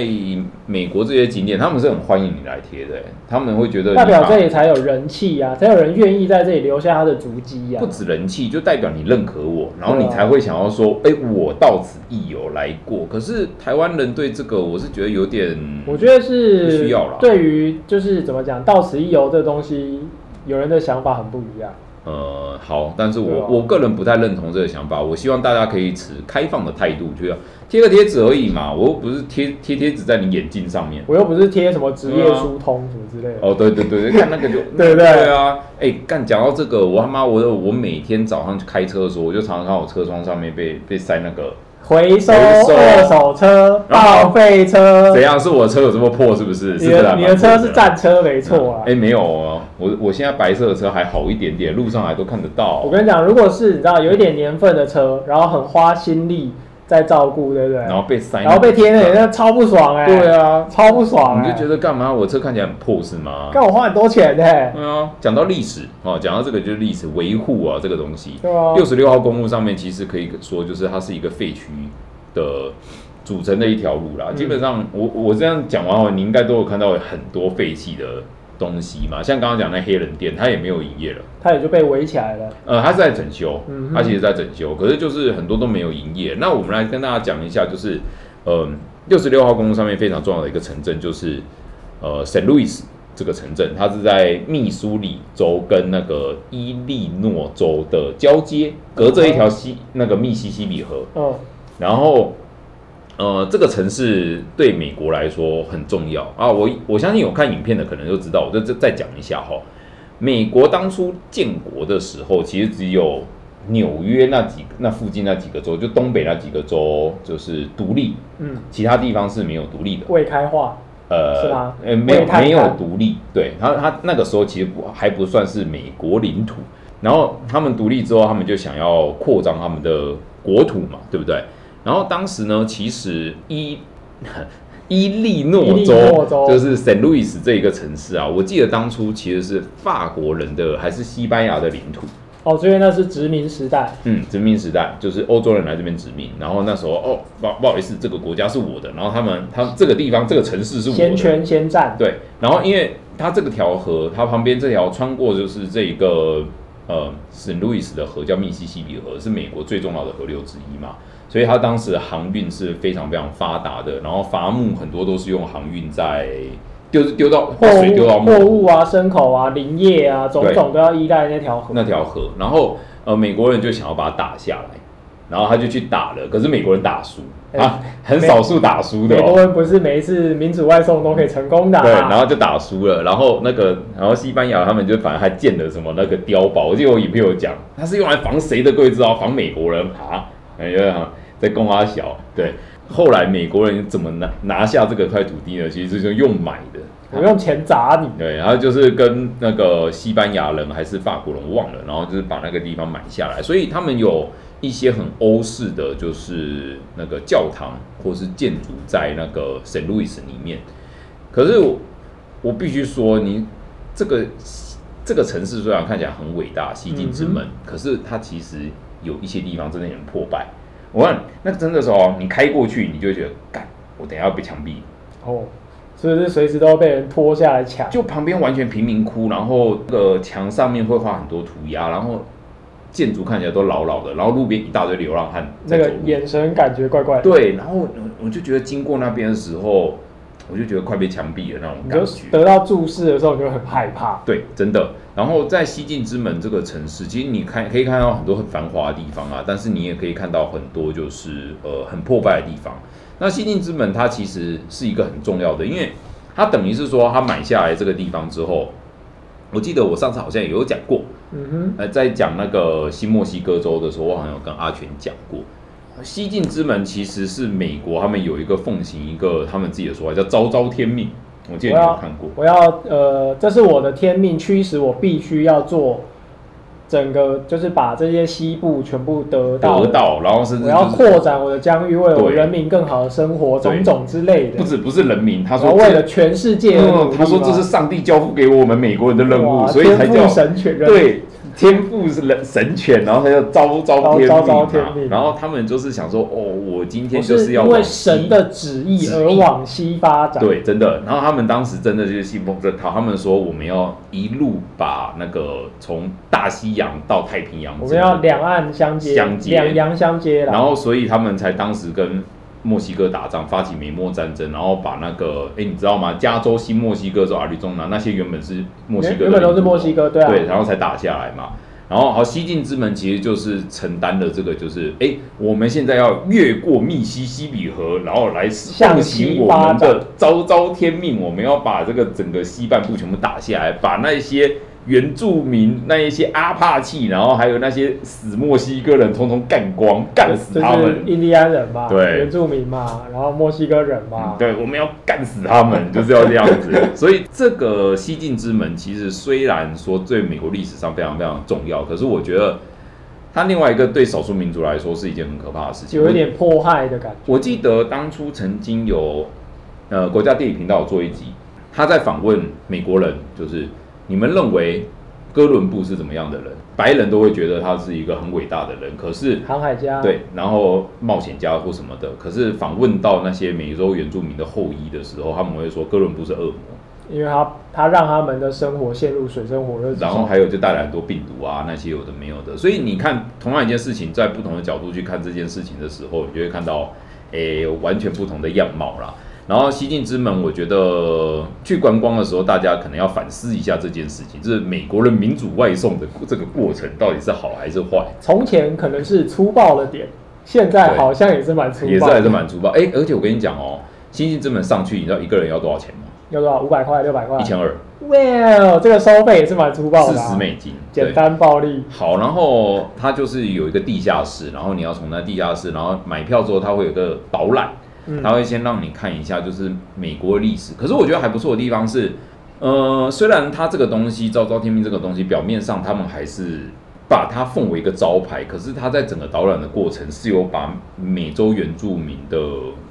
A: 美国这些景点，他们是很欢迎你来贴的、欸他们会觉得你
B: 代表
A: 把
B: 这里才有人气啊，才有人愿意在这里留下他的足迹呀、
A: 不
B: 啊。
A: 止人气，就代表你认可我，然后
B: 对啊
A: 你才会想要说，哎、我到此一游来过。可是台湾人对这个，我是觉得有点，
B: 我觉得
A: 不
B: 是
A: 需要啦
B: 对于就是怎么讲，到此一游这东西，有人的想法很不一样。
A: 呃，好，但是
B: 对
A: 我、
B: 啊
A: 我个人不太认同这个想法。我希望大家可以持开放的态度，就要贴个贴纸而已嘛，我又不是贴贴贴纸在你眼镜上面。
B: 我又不是贴什么职业
A: 对啊
B: 疏通什么之类的。
A: 哦，对对对对，看那个就
B: [laughs] 对不对
A: 对啊，哎、干讲到这个，我他妈我我每天早上开车的时候，我就常常看我车窗上面被被塞那个，
B: 回收
A: 回收
B: 二手车、
A: 然后
B: 报废车
A: 怎，样是我的车有哦这么破是不是？是
B: 你
A: 不是还
B: 的
A: 蛮
B: 你的车是
A: 破的
B: 战车没错啊
A: 哎、。没有哦，我我现在白色的车还好一点点，路上还都看得到。
B: 我跟你讲，如果是你知道有一点年份的车，然后很花心力在照顾，对不对？
A: 然后被塞那个，
B: 然后被贴那里，那超不爽哎。
A: 对，啊，
B: 超不爽
A: 你
B: 哎。
A: 就觉得干嘛？我车看起来很破是吗？
B: 干我花很多钱哎，
A: 对啊，讲到历史哦，讲到这个就是历史维护啊，这个东西。
B: 对啊
A: 六十六号公路上面其实可以说，就是它是一个废墟的组成的一条路啦。
B: 嗯
A: 基本上我我这样讲完后，你应该都有看到很多废弃的东西嘛，像刚刚讲那黑人店，它也没有营业了。
B: 它也就被围起来了。
A: 呃，它是在整修
B: 嗯，哼
A: 它其实在整修，可是就是很多都没有营业。那我们来跟大家讲一下，就是呃，六十六号公路上面非常重要的一个城镇，就是呃圣路易斯这个城镇，它是在密苏里州跟那个伊利诺州的交接，隔着一条
B: 哦
A: 西那个密西西比河。
B: 嗯，
A: 然后，呃，这个城市对美国来说很重要啊。我我相信有看影片的可能就知道，我就再再讲一下哈。美国当初建国的时候，其实只有纽约那几那附近那几个州，就东北那几个州就是独立，
B: 嗯，
A: 其他地方是没有独立的。
B: 未开化，是
A: 呃
B: 吧，
A: 呃，没有
B: 未探
A: 没有
B: 勘
A: 独立，对，他他那个时候其实不还不算是美国领土，然后他们独立之后，他们就想要扩张他们的国土嘛，对不对？然后当时呢，其实伊 [laughs] 伊利
B: 伊
A: 诺
B: 利
A: 州
B: 诺州
A: 就是 Saint Louis 这一个城市啊，我记得当初其实是法国人的还是西班牙的领土，
B: 哦，所以那是殖民时代。
A: 嗯，殖民时代就是欧洲人来这边殖民，然后那时候哦，不不好意思，这个国家是我的，然后他们他这个地方这个城市是我的，
B: 先圈先占，
A: 对，啊然后因为它这个条河，它旁边这条穿过就是这一个呃圣路易斯的河，叫密西西比河，是美国最重要的河流之一嘛，所以它当时的航运是非常非常发达的，然后伐木很多都是用航运在丢丢到
B: 货
A: 把水丢到
B: 物、
A: 木
B: 货物啊、牲口啊、林业啊，种种都要依赖那条河。
A: 那条河，然后呃美国人就想要把它打下来，然后他就去打了，可是美国人打输
B: 哎
A: 啊，很少数打输的
B: 美国
A: 哦。
B: 人不是每一次民主外送都可以成功的、啊，
A: 对，然后就打输了，然后那个，然后西班牙他们就反正还建了什么那个碉堡，我记得我影片有讲，它是用来防谁的各位知道，防美国人啊，感觉啊在供阿小，对，后来美国人怎么拿拿下这个块土地呢？其实就是用买的，
B: 我用钱砸你，
A: 对，然后就是跟那个西班牙人还是法国人忘了，然后就是把那个地方买下来，所以他们有一些很欧式的，就是那个教堂或是建筑在那个圣路易斯里面。可是我我必须说，你这个这个城市虽然看起来很伟大，西进之门，可是它其实有一些地方真的很破败。我看那真的时候，你开过去，你就会觉得，干，我等一下要被枪毙。
B: 哦，是不是随时都要被人拖下来抢？
A: 就旁边完全贫民窟，然后那个墙上面会画很多涂鸦，然后建筑看起来都老老的，然后路边一大堆流浪汉
B: 那
A: 在走
B: 个
A: 路。
B: 眼神感觉怪怪的，
A: 对，然后我我就觉得经过那边的时候，我就觉得快被枪毙了那种
B: 你就
A: 感觉。
B: 得到注视的时候你就很害怕。
A: 对，真的。然后在西进之门这个城市，其实你看可以看到很多很繁华的地方啊，但是你也可以看到很多就是呃很破败的地方。那西进之门它其实是一个很重要的，因为它等于是说它买下来这个地方之后，我记得我上次好像也有讲过，
B: 嗯哼，
A: 呃，在讲那个新墨西哥州的时候，我好像有跟阿全讲过，西进之门其实是美国他们有一个奉行一个他们自己的说法叫昭昭天命，我记得你有看过。
B: 我要呃，这是我的天命，驱使我必须要做整个，就是把这些西部全部得到，
A: 得到，然后甚至
B: 我要
A: 就是
B: 扩展我的疆域，为我
A: 对
B: 人民更好的生活，
A: 对
B: 种种之类的。
A: 不止不是人民，他
B: 然
A: 说
B: 后哦为了
A: 这
B: 全世界而努
A: 嗯
B: 力吗，
A: 他说这是上帝交付给我们美国人的任务，
B: 哇
A: 所以才
B: 天
A: 叫
B: 赋神权人，
A: 对天赋是人神权，然后他叫昭昭天
B: 昭
A: 命
B: 昭
A: 嘛
B: 天命
A: 然后他们就是想说，哦，我今天
B: 我
A: 就是是要
B: 因为
A: 往西
B: 神的旨意而往西发展。，
A: 对，真的。然后他们当时真的就是信奉这套，他们说我们要一路把那个从大西洋到太平洋，
B: 我们要两岸相接，
A: 相接
B: 两洋相接啦。
A: 然后所以他们才当时跟墨西哥打仗，发起美墨战争，然后把那个，哎，你知道吗？加州、新墨西哥州、阿里中南那些原本是墨西哥的
B: 原原本都是
A: 领土
B: 墨西哥对啊
A: 然后才打下来嘛。然后好，西进之门其实就是承担了这个，就是哎，诶我们现在要越过密西西比河，然后来
B: 向
A: 奉
B: 西
A: 行我
B: 发
A: 们
B: 展
A: 的昭昭天命，我们要把这个整个西半部全部打下来，把那些原住民、那一些阿帕契，然后还有那些死墨西哥人，通通干光，干死他
B: 就是
A: 们。
B: 印第安人嘛，
A: 对
B: 原住民嘛，然后墨西哥人
A: 嗯，
B: 嘛
A: 对，我们要干死他们，就是要这样子。所以这个西进之门，其实虽然说对美国历史上非常非常重要，可是我觉得它另外一个对少数民族来说是一件很可怕的事情。
B: 有一点迫害的感觉。
A: 我记得当初曾经有呃国家地理频道有做一集，他在访问美国人，就是你们认为哥伦布是怎么样的人？白人都会觉得他是一个很伟大的人，可是
B: 航海家，
A: 对，然后冒险家或什么的，可是访问到那些美洲原住民的后裔的时候，他们会说哥伦布是恶魔，
B: 因为他他让他们的生活陷入水深火热之
A: 然后
B: 中。
A: 还有就带来很多病毒啊那些有的没有的，所以你看同样一件事情，在不同的角度去看这件事情的时候，你就会看到诶完全不同的样貌啦。然后西进之门，我觉得去观光的时候，大家可能要反思一下这件事情，就是美国人民主外送的这个过程到底是好还是坏。
B: 从前可能是粗暴了点，现在
A: 对
B: 好像也是蛮粗暴的，
A: 也是还是蛮粗暴。哎、而且我跟你讲哦，新进之门上去，你知道一个人要多少钱吗？
B: 要多少？五百块、六百块
A: 一？千二，
B: Well，这个收费也是蛮粗暴
A: 四
B: 的、啊，
A: 十美金，
B: 简
A: 对。
B: 单暴力。
A: 好，然后它就是有一个地下室，然后你要从那地下室，然后买票之后，它会有个导览，
B: 嗯
A: 它会先让你看一下就是美国历史。可是我觉得还不错的地方是，呃，虽然它这个东西昭昭天命这个东西，表面上他们还是呃把它奉为一个招牌，可是它在整个导览的过程是有把美洲原住民的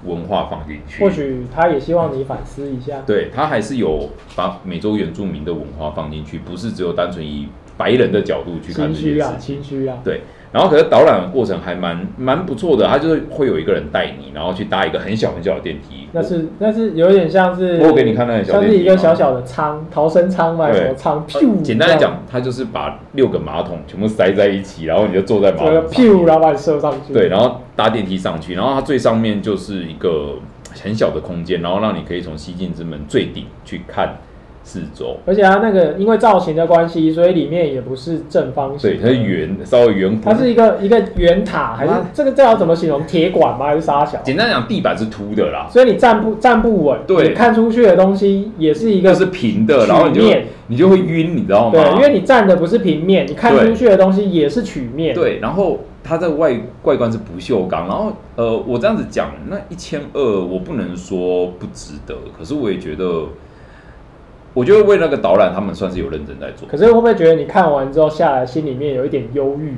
A: 文化放进去。
B: 或许他也希望你反思一下。
A: 对，他还是有把美洲原住民的文化放进去，不是只有单纯以白人的角度去看这件
B: 心虚啊
A: 事，情。
B: 心虚啊！
A: 对，然后可是导览的过程还蛮蛮不错的，他就是会有一个人带你，然后去搭一个很小很小的电梯。
B: 那是那是有点像是，
A: 我有给你看那个小
B: 像是
A: 电
B: 一
A: 梯
B: 个
A: 吗
B: 小小的仓，逃生仓嘛，
A: 对
B: 什么仓？
A: 呃
B: 噗！
A: 简单来讲，他就是把六个马桶全部塞在一起，然后你就坐在马
B: 这样，
A: 桶
B: 这个
A: 上
B: 噗，
A: 面
B: 然后把你射上去。
A: 对，然后搭电梯上去，然后它最上面就是一个很小的空间，然后让你可以从西进之门最顶去看四周，
B: 而且它那个因为造型的关系，所以里面也不是正方形
A: 对，
B: 的，
A: 它是圆，稍微圆弧。
B: 它是一个一个圆塔，还是
A: 哇
B: 这个这要怎么形容？铁管吗？还是沙小？
A: 简单讲，地板是凸的啦，
B: 所以你站不站不稳，
A: 对
B: 你看出去的东西也是一
A: 一个
B: 个
A: 是平的，然后你
B: 曲
A: 就
B: 面
A: 你就会晕，你知道吗？
B: 对，因为你站的不是平面，你看出去的东西也是曲面。，
A: 对，然后它在外外观是不锈钢，然后呃，我这样子讲，那一千二我不能说不值得，可是我也觉得，我觉得为那个导览他们算是有认真在做。
B: 可是会不会觉得你看完之后下来，心里面有一点忧郁？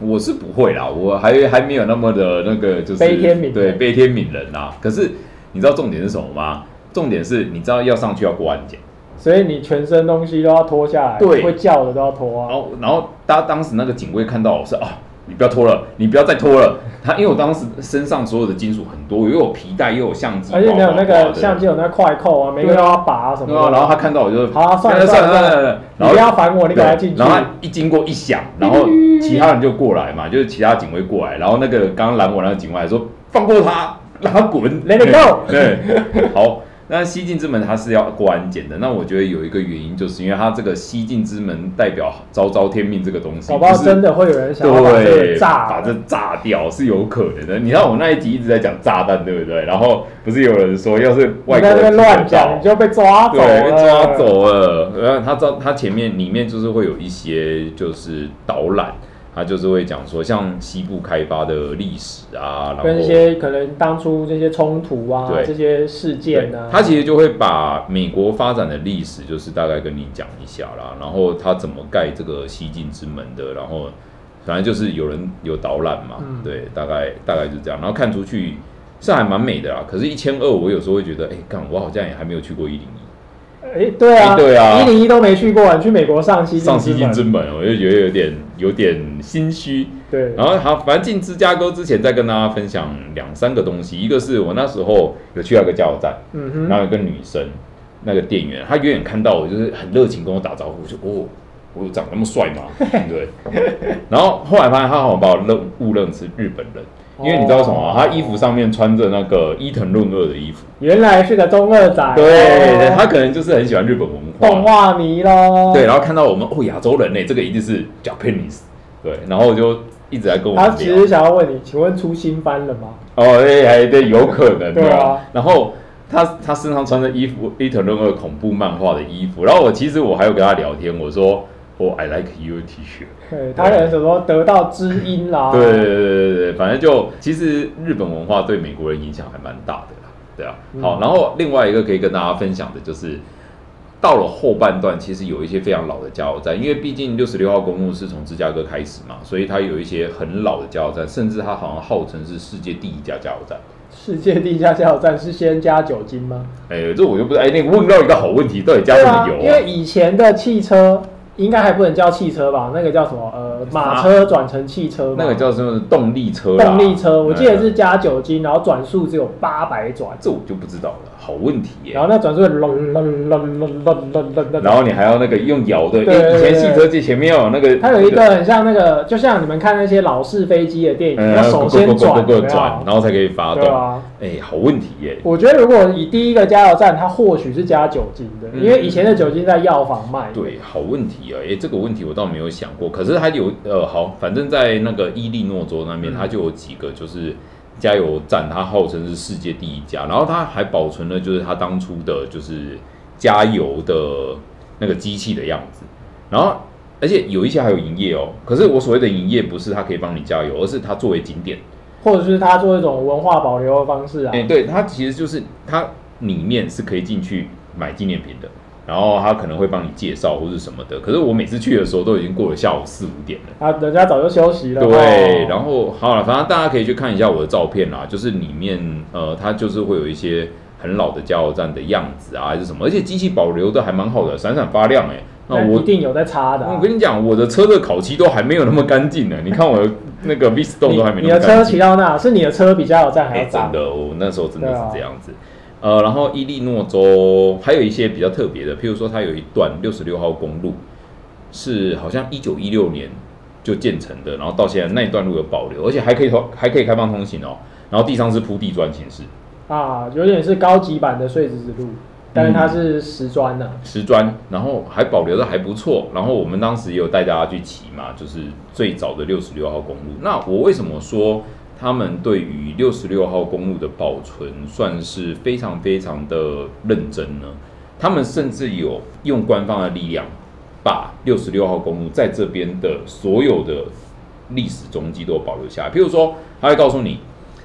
A: 我是不会啦，我还还没有那么的那个就是
B: 悲天悯人
A: 对悲天悯人啦。可是你知道重点是什么吗？重点是你知道要上去要过安检，
B: 所以你全身东西都要脱下来，
A: 对哦
B: 会叫的都要脱
A: 然
B: 啊。
A: 后然后大家当时那个警卫看到我是啊。你不要脱了，你不要再脱了。他因为我当时身上所有的金属很多，又有皮带，又有相机，
B: 而且没有
A: 叭叭
B: 那
A: 叭
B: 个
A: 的
B: 相机有那块扣啊，每个都要拔啊什么
A: 哦对啊，
B: 的。
A: 然后他看到我就
B: 好啊算了
A: 算
B: 算了
A: 算了，
B: 你
A: 然后
B: 不要烦我，你
A: 对
B: 赶快进去。嗯
A: 然后他一经过一响，然后其他人就过来嘛，就是其他警卫过来，然后那个刚刚拦我那个警卫还说放过他，让他滚
B: Let it go
A: 对， [laughs] 对好。那西进之门它是要过安检的，那我觉得有一个原因，就是因为它这个西进之门代表昭昭天命这个东西，
B: 搞不好
A: 就是
B: 真的会有人想要把这
A: 对，
B: 个炸
A: 把
B: 了。
A: 这炸掉是有可能的。你看我那一集一直在讲炸弹，对不对？然后不是有人说，要是
B: 你
A: 外国人
B: 在那边
A: 听
B: 乱
A: 得到
B: 讲，你就被抓走
A: 对，
B: 了。
A: 被抓。走了。然后他知道他前面里面就是会有一些就是导览，他就是会讲说像西部开发的历史啊，然后
B: 跟一些可能当初这些冲突啊
A: 对，
B: 这些事
A: 对
B: 件啊，，
A: 他其实就会把美国发展的历史就是大概跟你讲一下啦，然后他怎么盖这个西进之门的，然后反正就是有人有导览嘛，
B: 嗯
A: 对，大概大概就是这样，然后看出去是还蛮美的啦。可是，一千二我有时候会觉得，哎、干，我好像也还没有去过一零一。
B: 哎，对啊，
A: 哎对啊
B: 一零一都没去过，你去美国上西
A: 上西进
B: 门
A: 之门，我就觉得有点有点心虚。
B: 对，
A: 然后好，反正进芝加哥之前，再跟大家分享两三个东西，一个是我那时候有去到一个加油站，
B: 嗯
A: 然
B: 哼，
A: 后有一个女生，那个店员，她远远看到我，就是很热情跟我打招呼，我就哦，我有长那么帅
B: [laughs]
A: 吗？对。然后后来发现她好像把我认误认是日本人，因为你知道为什么吗？
B: 哦
A: 她衣服上面穿着那个伊藤润二的衣服，
B: 原来是个中二仔，
A: 对，她
B: 他
A: 可能就是很喜欢日本文化，
B: 哦动画迷咯，
A: 对，然后看到我们哦亚洲人呢，这个一定是 Japanese，对，然后就一直在跟我
B: 他
A: 们
B: 其
A: 聊
B: 实，想要问你，请问出新番了吗？
A: 哦，哎、还对，有可能、哦，
B: 对啊
A: 然后他他身上穿着衣服，伊藤润二恐怖漫画的衣服，然后我其实我还有跟他聊天，我说。哦、i like your T-shirt。
B: 对，他可能什么得到知音啦，
A: 对对，对对对，反正就其实日本文化对美国人影响还蛮大的啦，对啊。好，
B: 嗯
A: 然后另外一个可以跟大家分享的就是，到了后半段，其实有一些非常老的加油站，因为毕竟六十六号公路是从芝加哥开始嘛，所以它有一些很老的加油站，甚至它好像号称是世界第一家加油站。
B: 世界地下加油站是先加酒精吗？
A: 哎，这我就不知道。哎，那个问到一个好问题，到底加
B: 对
A: 什
B: 啊
A: 么，油
B: 因为以前的汽车应该还不能叫汽车吧，那个叫什么？呃，马车转成汽车嘛，
A: 啊那个叫什么动力车啦？
B: 动力车，我记得是
A: 哎，
B: 加酒精，然后转速只有八百转，
A: 这我就不知道了，好问题耶
B: 然。后那转速会隆隆隆隆隆隆隆隆，
A: 然后你还要那个用摇的，
B: 对
A: 哎以前
B: 对对
A: 汽车界前面要有那个，
B: 它有一个很像那个，就像你们看那些老式飞机的电影，
A: 呃，
B: 要首先转，有没有
A: 转，然后才可以发
B: 对
A: 动。
B: 啊。
A: 哎，好问题耶。
B: 我觉得如果以第一个加油站，它或许是加酒精的，
A: 嗯
B: 因为以前的酒精在药房卖。，
A: 对，好问题啊！哎，这个问题我倒没有想过。可是它有呃，好，反正在那个伊利诺州那边，
B: 嗯
A: 它就有几个就是加油站，它号称是世界第一家，然后它还保存了就是它当初的就是加油的那个机器的样子，然后而且有一些还有营业哦。可是我所谓的营业不是它可以帮你加油，而是它作为景点。
B: 或者是它做一种文化保留的方式啊
A: 哎、。对，它其实就是它里面是可以进去买纪念品的，然后它可能会帮你介绍或是什么的。可是我每次去的时候都已经过了下午四五点了。
B: 啊，人家早就休息了。哦
A: 对，
B: 后
A: 然后好了，反正大家可以去看一下我的照片啦，就是里面呃，它就是会有一些很老的加油站的样子啊，还是什么，而且机器保留的还蛮好的，闪闪发亮哎、那
B: 一
A: 我
B: 定有在擦的啊。
A: 我跟你讲，我的车的烤漆都还没有那么干净呢，你看我的那
B: [laughs]
A: 个 V Stone 都还没
B: 你
A: 那么
B: 你的车
A: 干
B: 骑
A: 净。
B: 到那，是你的车比加油站还
A: 哎、
B: 要啊
A: 真。
B: 脏
A: 的，我那时候真的是这样子。呃，然后伊利诺州还有一些比较特别的，譬如说它有一段六十六号公路是好像一九一六年就建成的，然后到现在那一段路有保留，而且还可以通还可以开放通行哦。然后地上是铺地砖形式，
B: 啊，有点是高级版的碎石之路，但是它是石砖呐、啊，
A: 石砖，然后还保留的还不错。然后我们当时也有带大家去骑嘛，就是最早的六十六号公路。那我为什么说他们对于六十六号公路的保存算是非常非常的认真呢？他们甚至有用官方的力量，把六十六号公路在这边的所有的历史踪迹都保留下来。譬如说，他会告诉你，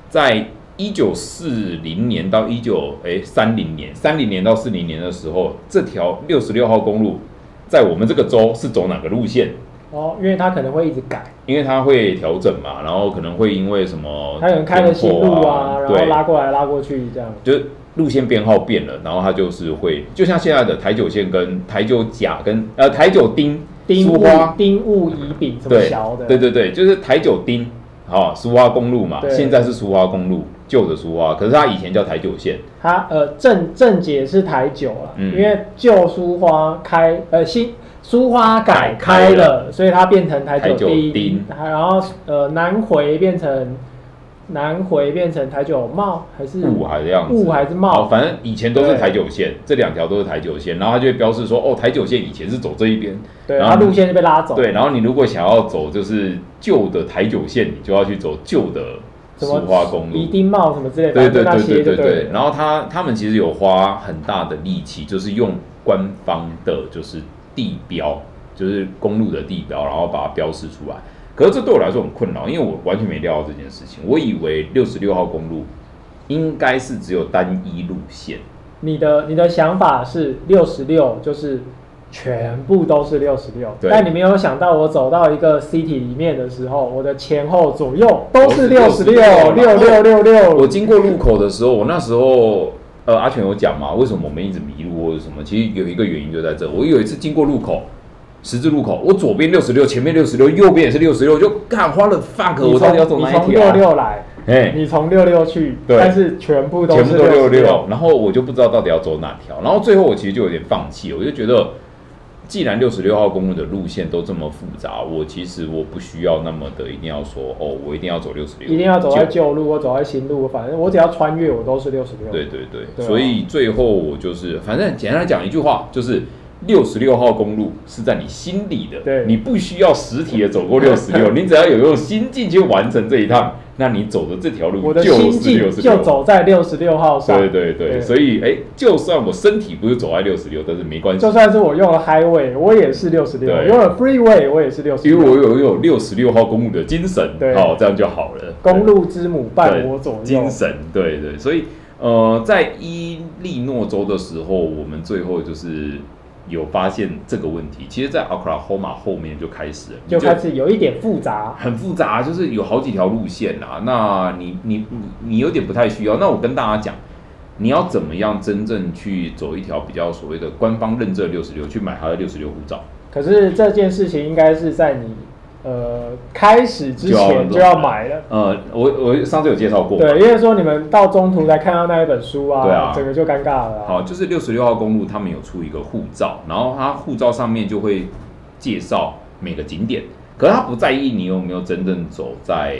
A: 在一九四零年到一九哎三零年，三零年到四零年的时候，这条六十六号公路在我们这个州是走哪个路线？
B: 哦，因为它可能会一直改，
A: 因为它会调整嘛，然后可能会因为什么、
B: 它可能开了新路啊，然后
A: 对
B: 拉过来拉过去这样。
A: 就是路线编号变了，然后它就是会，就像现在的台九线跟台九甲跟呃台九丁、
B: 丁
A: 苏
B: 戊
A: 花，
B: 丁戊乙丙什么
A: 对
B: 桥的，
A: 对对对，就是台九丁，好、苏花公路嘛，
B: 对
A: 现在是苏花公路，旧的苏花，可是它以前叫台九线，
B: 它呃正正解是台九了，
A: 嗯
B: 因为旧苏花开呃新苏花改
A: 改开
B: 开
A: 了
B: 了，所以它变成台
A: 台九
B: 九
A: 丁
B: 丁，然后呃南回变成南回变成台九茂还是
A: 雾啊还这样子，
B: 雾还是茂
A: 好，反正以前都是
B: 对
A: 台九线，这两条都是台九线，然后它就会标示说，哦，台九线以前是走这一边，
B: 对，
A: 然
B: 它
A: 后
B: 路线就被拉走，
A: 对，然后你如果想要走就是旧的台九线，你就要去走旧的
B: 什
A: 苏
B: 么
A: 花公路
B: 宜，丁茂什么之类的，
A: 对
B: 反
A: 对
B: 正就那
A: 对
B: 些
A: 对对
B: 就对
A: 对。
B: 了。
A: 然后他他们其实有花很大的力气，就是用官方的就是地标，就是公路的地标，然后把它标示出来。可是这对我来说很困扰，因为我完全没料到这件事情。我以为六十六号公路应该是只有单一路线，
B: 你的你的想法是六十六就是。全部都是六十六，
A: 对
B: 但你没有想到，我走到一个 city 里面的时候，我的前后左右都是六十六，六六六六。
A: 哦我经过路口的时候，我那时候呃阿全有讲嘛，为什么我们一直迷路或者什么？其实有一个原因就在这。我有一次经过路口。十字路口，我左边六十六，前面六十六，右边也是六十六，就干花了 fuck，
B: 你
A: 我到
B: 从
A: 底要走哪
B: 你
A: 一
B: 从
A: 条
B: 六
A: 啊？
B: 六来，
A: 哎，
B: 你从六六去，
A: 对
B: 但是全部都
A: 全
B: 是
A: 部都六
B: 六
A: 六，，然后我就不知道到底要走哪条，然后最后我其实就有点放弃，我就觉得，既然六十六号公路的路线都这么复杂，我其实我不需要那么的一定要说哦，我一定要走六十六，
B: 一定要走在旧路或走在新路，反正我只要穿越，我都是六十六。
A: 对对对，
B: 对啊
A: 所以最后我就是，反正简单来讲一句话，就是六十六号公路是在你心里的，
B: 对
A: 你不需要实体的走过六十
B: [laughs]
A: 六，你只要有用心境去完成这一趟，那你走的这条路
B: 我的
A: 就
B: 心
A: 是六
B: 境
A: 十
B: 就
A: 六。
B: 走在六十六号上。
A: 对对对，
B: 对
A: 所以哎，就算我身体不是走在六十六，但是没关系
B: 就，算是我用了 highway，我也是六十六；
A: 对
B: 用了 freeway，我也是六十
A: 因为我
B: 六。
A: 有有六十六号公路的精神，
B: 对
A: 哦，这样就好了。
B: 公路之母伴
A: 对
B: 我左右
A: 精，神，对对，所以呃，在伊利诺州的时候，我们最后就是有发现这个问题。其实，在 Oklahoma 后面就开始了，你
B: 就开始有一点复杂。
A: 很复杂，就是有好几条路线啦。那你你你你有点不太需要。那我跟大家讲，你要怎么样真正去走一条比较所谓的官方认证六十六，去买它的六十六护照。
B: 可是这件事情应该是在你呃开始之前
A: 就
B: 就
A: 要
B: 要买了。
A: 呃，我我上次有介绍过嘛，
B: 对，因为说你们到中途才看到那一本书啊，
A: 对啊
B: 整个就尴尬了啊、
A: 好，就是六十六号公路，他们有出一个护照，然后它护照上面就会介绍每个景点，可是他不在意你有没有真正走在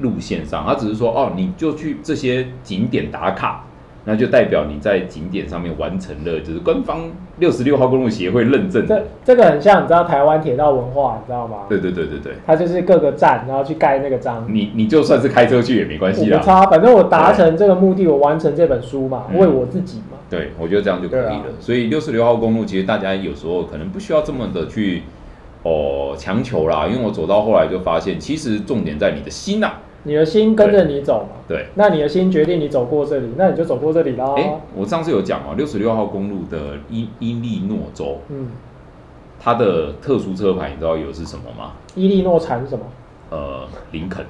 A: 路线上，他只是说哦，你就去这些景点打卡，那就代表你在景点上面完成了，就是官方六十六号公路协会认证
B: 这
A: 的。
B: 这个很像，你知道台湾铁道文化，你知道吗？
A: 对嗯对对对对，
B: 它就是各个站，然后去盖那个章。
A: 你你就算是开车去也没关
B: 我
A: 系
B: 不
A: 啦。
B: 差，反正我达成这个目的，我完成这本书嘛，
A: 嗯
B: 为我自己嘛。
A: 对，我觉得这样就可以
B: 对
A: 了
B: 啊。
A: 所以六十六号公路其实大家有时候可能不需要这么的去哦强求啦，因为我走到后来就发现，其实重点在你的心呐、
B: 你的心跟着你走嘛，
A: 对，
B: 那你的心决定你走过这里，那你就走过这里啦
A: 哎、。我上次有讲哦，六十六号公路的伊伊利诺州，
B: 嗯，
A: 它的特殊车牌你知道有是什么吗？
B: 伊利诺产什么？
A: 呃，林肯。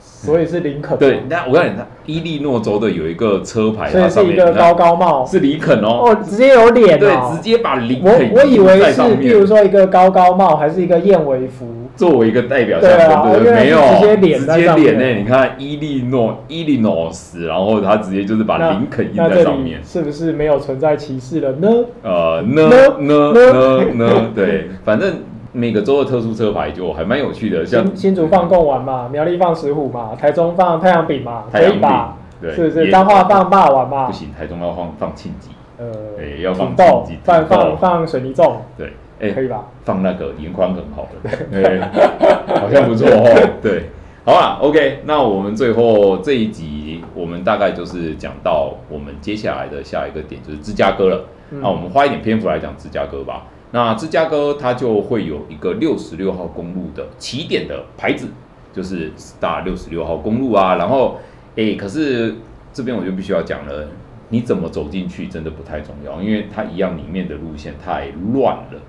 B: 所以是林肯嘛。
A: 对，那我告诉你，它伊利诺州的有一个车牌，
B: 所
A: 它
B: 以
A: 上
B: 是
A: 面
B: 一个
A: 你看
B: 高高帽。
A: 是林肯哦，
B: 哦，直接有脸
A: 对，
B: 哦
A: 直。接把林
B: 我
A: 肯
B: 我以为
A: 在
B: 是
A: 上，
B: 比
A: 面
B: 如说一个高高帽，还是一个燕尾服。
A: 作为一个代表象
B: 对啊
A: 征，对不对？
B: 因为
A: 没有，
B: 直接脸
A: 直
B: 在
A: 接
B: 上面
A: 脸欸你看伊利诺伊利诺斯，然后他直接就是把
B: 那
A: 林肯印
B: 那
A: 在
B: 这
A: 上
B: 里
A: 面。
B: 是不是没有存在歧视了呢？
A: 呃，呢
B: 呢
A: 呢呢
B: 呢
A: 呢，对，反正每个州的特殊车牌就还蛮有趣的，像
B: 新新竹放贡丸嘛，苗栗放石虎嘛，台中放太阳饼嘛，
A: 太
B: 可
A: 阳
B: 以
A: 饼
B: 吧？
A: 对
B: 是不
A: 也
B: 是？彰化放霸王嘛
A: 不，行，台中要放放庆吉，
B: 呃，
A: 哎要放
B: 土豆
A: 自己土
B: 放
A: 豆
B: 放放水泥粽，
A: 对，哎、
B: 可以吧？
A: 放那个眼眶很好的， [laughs] 哎，好像不错哦。 [laughs] 对，好啦 o、k 那我们最后这一集，我们大概就是讲到我们接下来的下一个点就是芝加哥了。
B: 嗯
A: 那我们花一点篇幅来讲芝加哥吧。那芝加哥它就会有一个六十六号公路的起点的牌子，就是 Star 六十六号公路啊。然后，哎、可是这边我就必须要讲了，你怎么走进去真的不太重要，因为它一样里面的路线太乱了。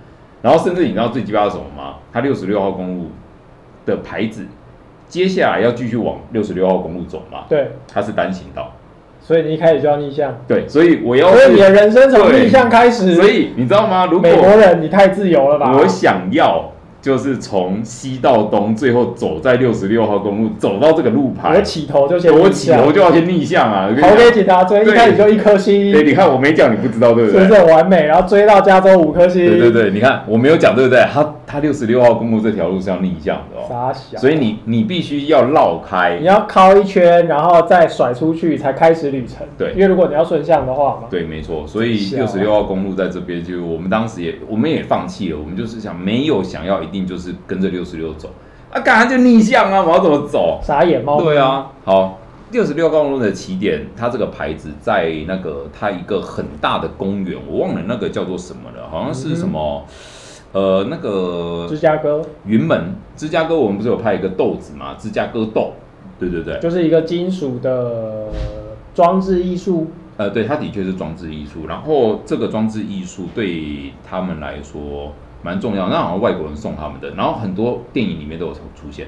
A: 然后，甚至你知道最鸡巴的是什么吗？它六十六号公路的牌子，接下来要继续往六十六号公路走嘛？
B: 对，
A: 它是单行道。
B: 所以你一开始就要逆向，
A: 对，所以我要
B: 所以你的
A: 是，
B: 人生从
A: 对
B: 逆向开始。
A: 所以你知道吗？如果
B: 美国人，你太自由了吧？
A: 我想要就是从西到东，最后走在六十六号公路，走到这个路牌
B: 我，起啊头就先
A: 对
B: 逆向，
A: 我起头就要先逆向啊！我跟你
B: 头
A: 讲
B: 给警察追，一
A: 对
B: 开始就一颗星，
A: 对，
B: 是
A: 你看我没讲，你不知道对不
B: 不是啊
A: 对？
B: 很完美？然后追到加州五颗星，
A: 对对，对，你看我没有讲对不对？他他六十六号公路这条路是要逆向的哦，
B: 傻小。
A: 所以你你必须要绕开
B: 你。要靠一圈，然后再甩出去，才开始旅程。
A: 对
B: 因为如果你要顺向的话嘛，
A: 对，没错，所以
B: 笑
A: 六
B: 啊
A: 十六号公路在这边，就我们当时也我们也放弃了，我们就是想没有想要一定就是跟着六十六走啊，干他就逆向啊，我要怎么走？
B: 傻眼猫。
A: 对，啊，好，六十六公路的起点，它这个牌子在那个它一个很大的公园，我忘了那个叫做什么了，好像是什么，
B: 嗯
A: 呃，那个
B: 芝加哥
A: 云门芝加哥，我们不是有拍一个豆子嘛，芝加哥豆，对对对，
B: 就是一个金属的装置艺术，
A: 呃，对，它的确是装置艺术，然后这个装置艺术对他们来说蛮重要，那好像外国人送他们的，然后很多电影里面都有出现。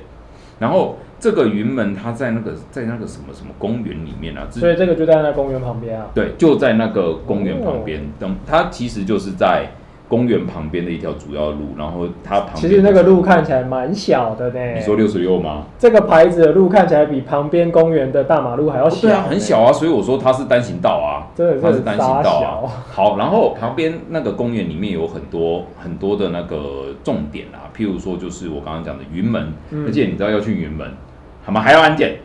A: 然后这个云门，它在那个在那个什么什么公园里面啊，之
B: 所以这个就在那公园旁边啊。
A: 对，就在那个公园旁
B: 哦
A: 边。等它其实就是在公园旁边的一条主要路，然后它旁边
B: 其实那个路看起来蛮小的呢。
A: 你说六十六吗？
B: 这个牌子的路看起来比旁边公园的大马路还要小、
A: 对啊，很。小啊，所以我说它是单行道啊，
B: 真的是
A: 它是单行道
B: 傻小
A: 啊。好，然后旁边那个公园里面有很多很多的那个重点啊，譬如说就是我刚刚讲的云门，
B: 嗯
A: 而且你知道要去云门，他们还要安检，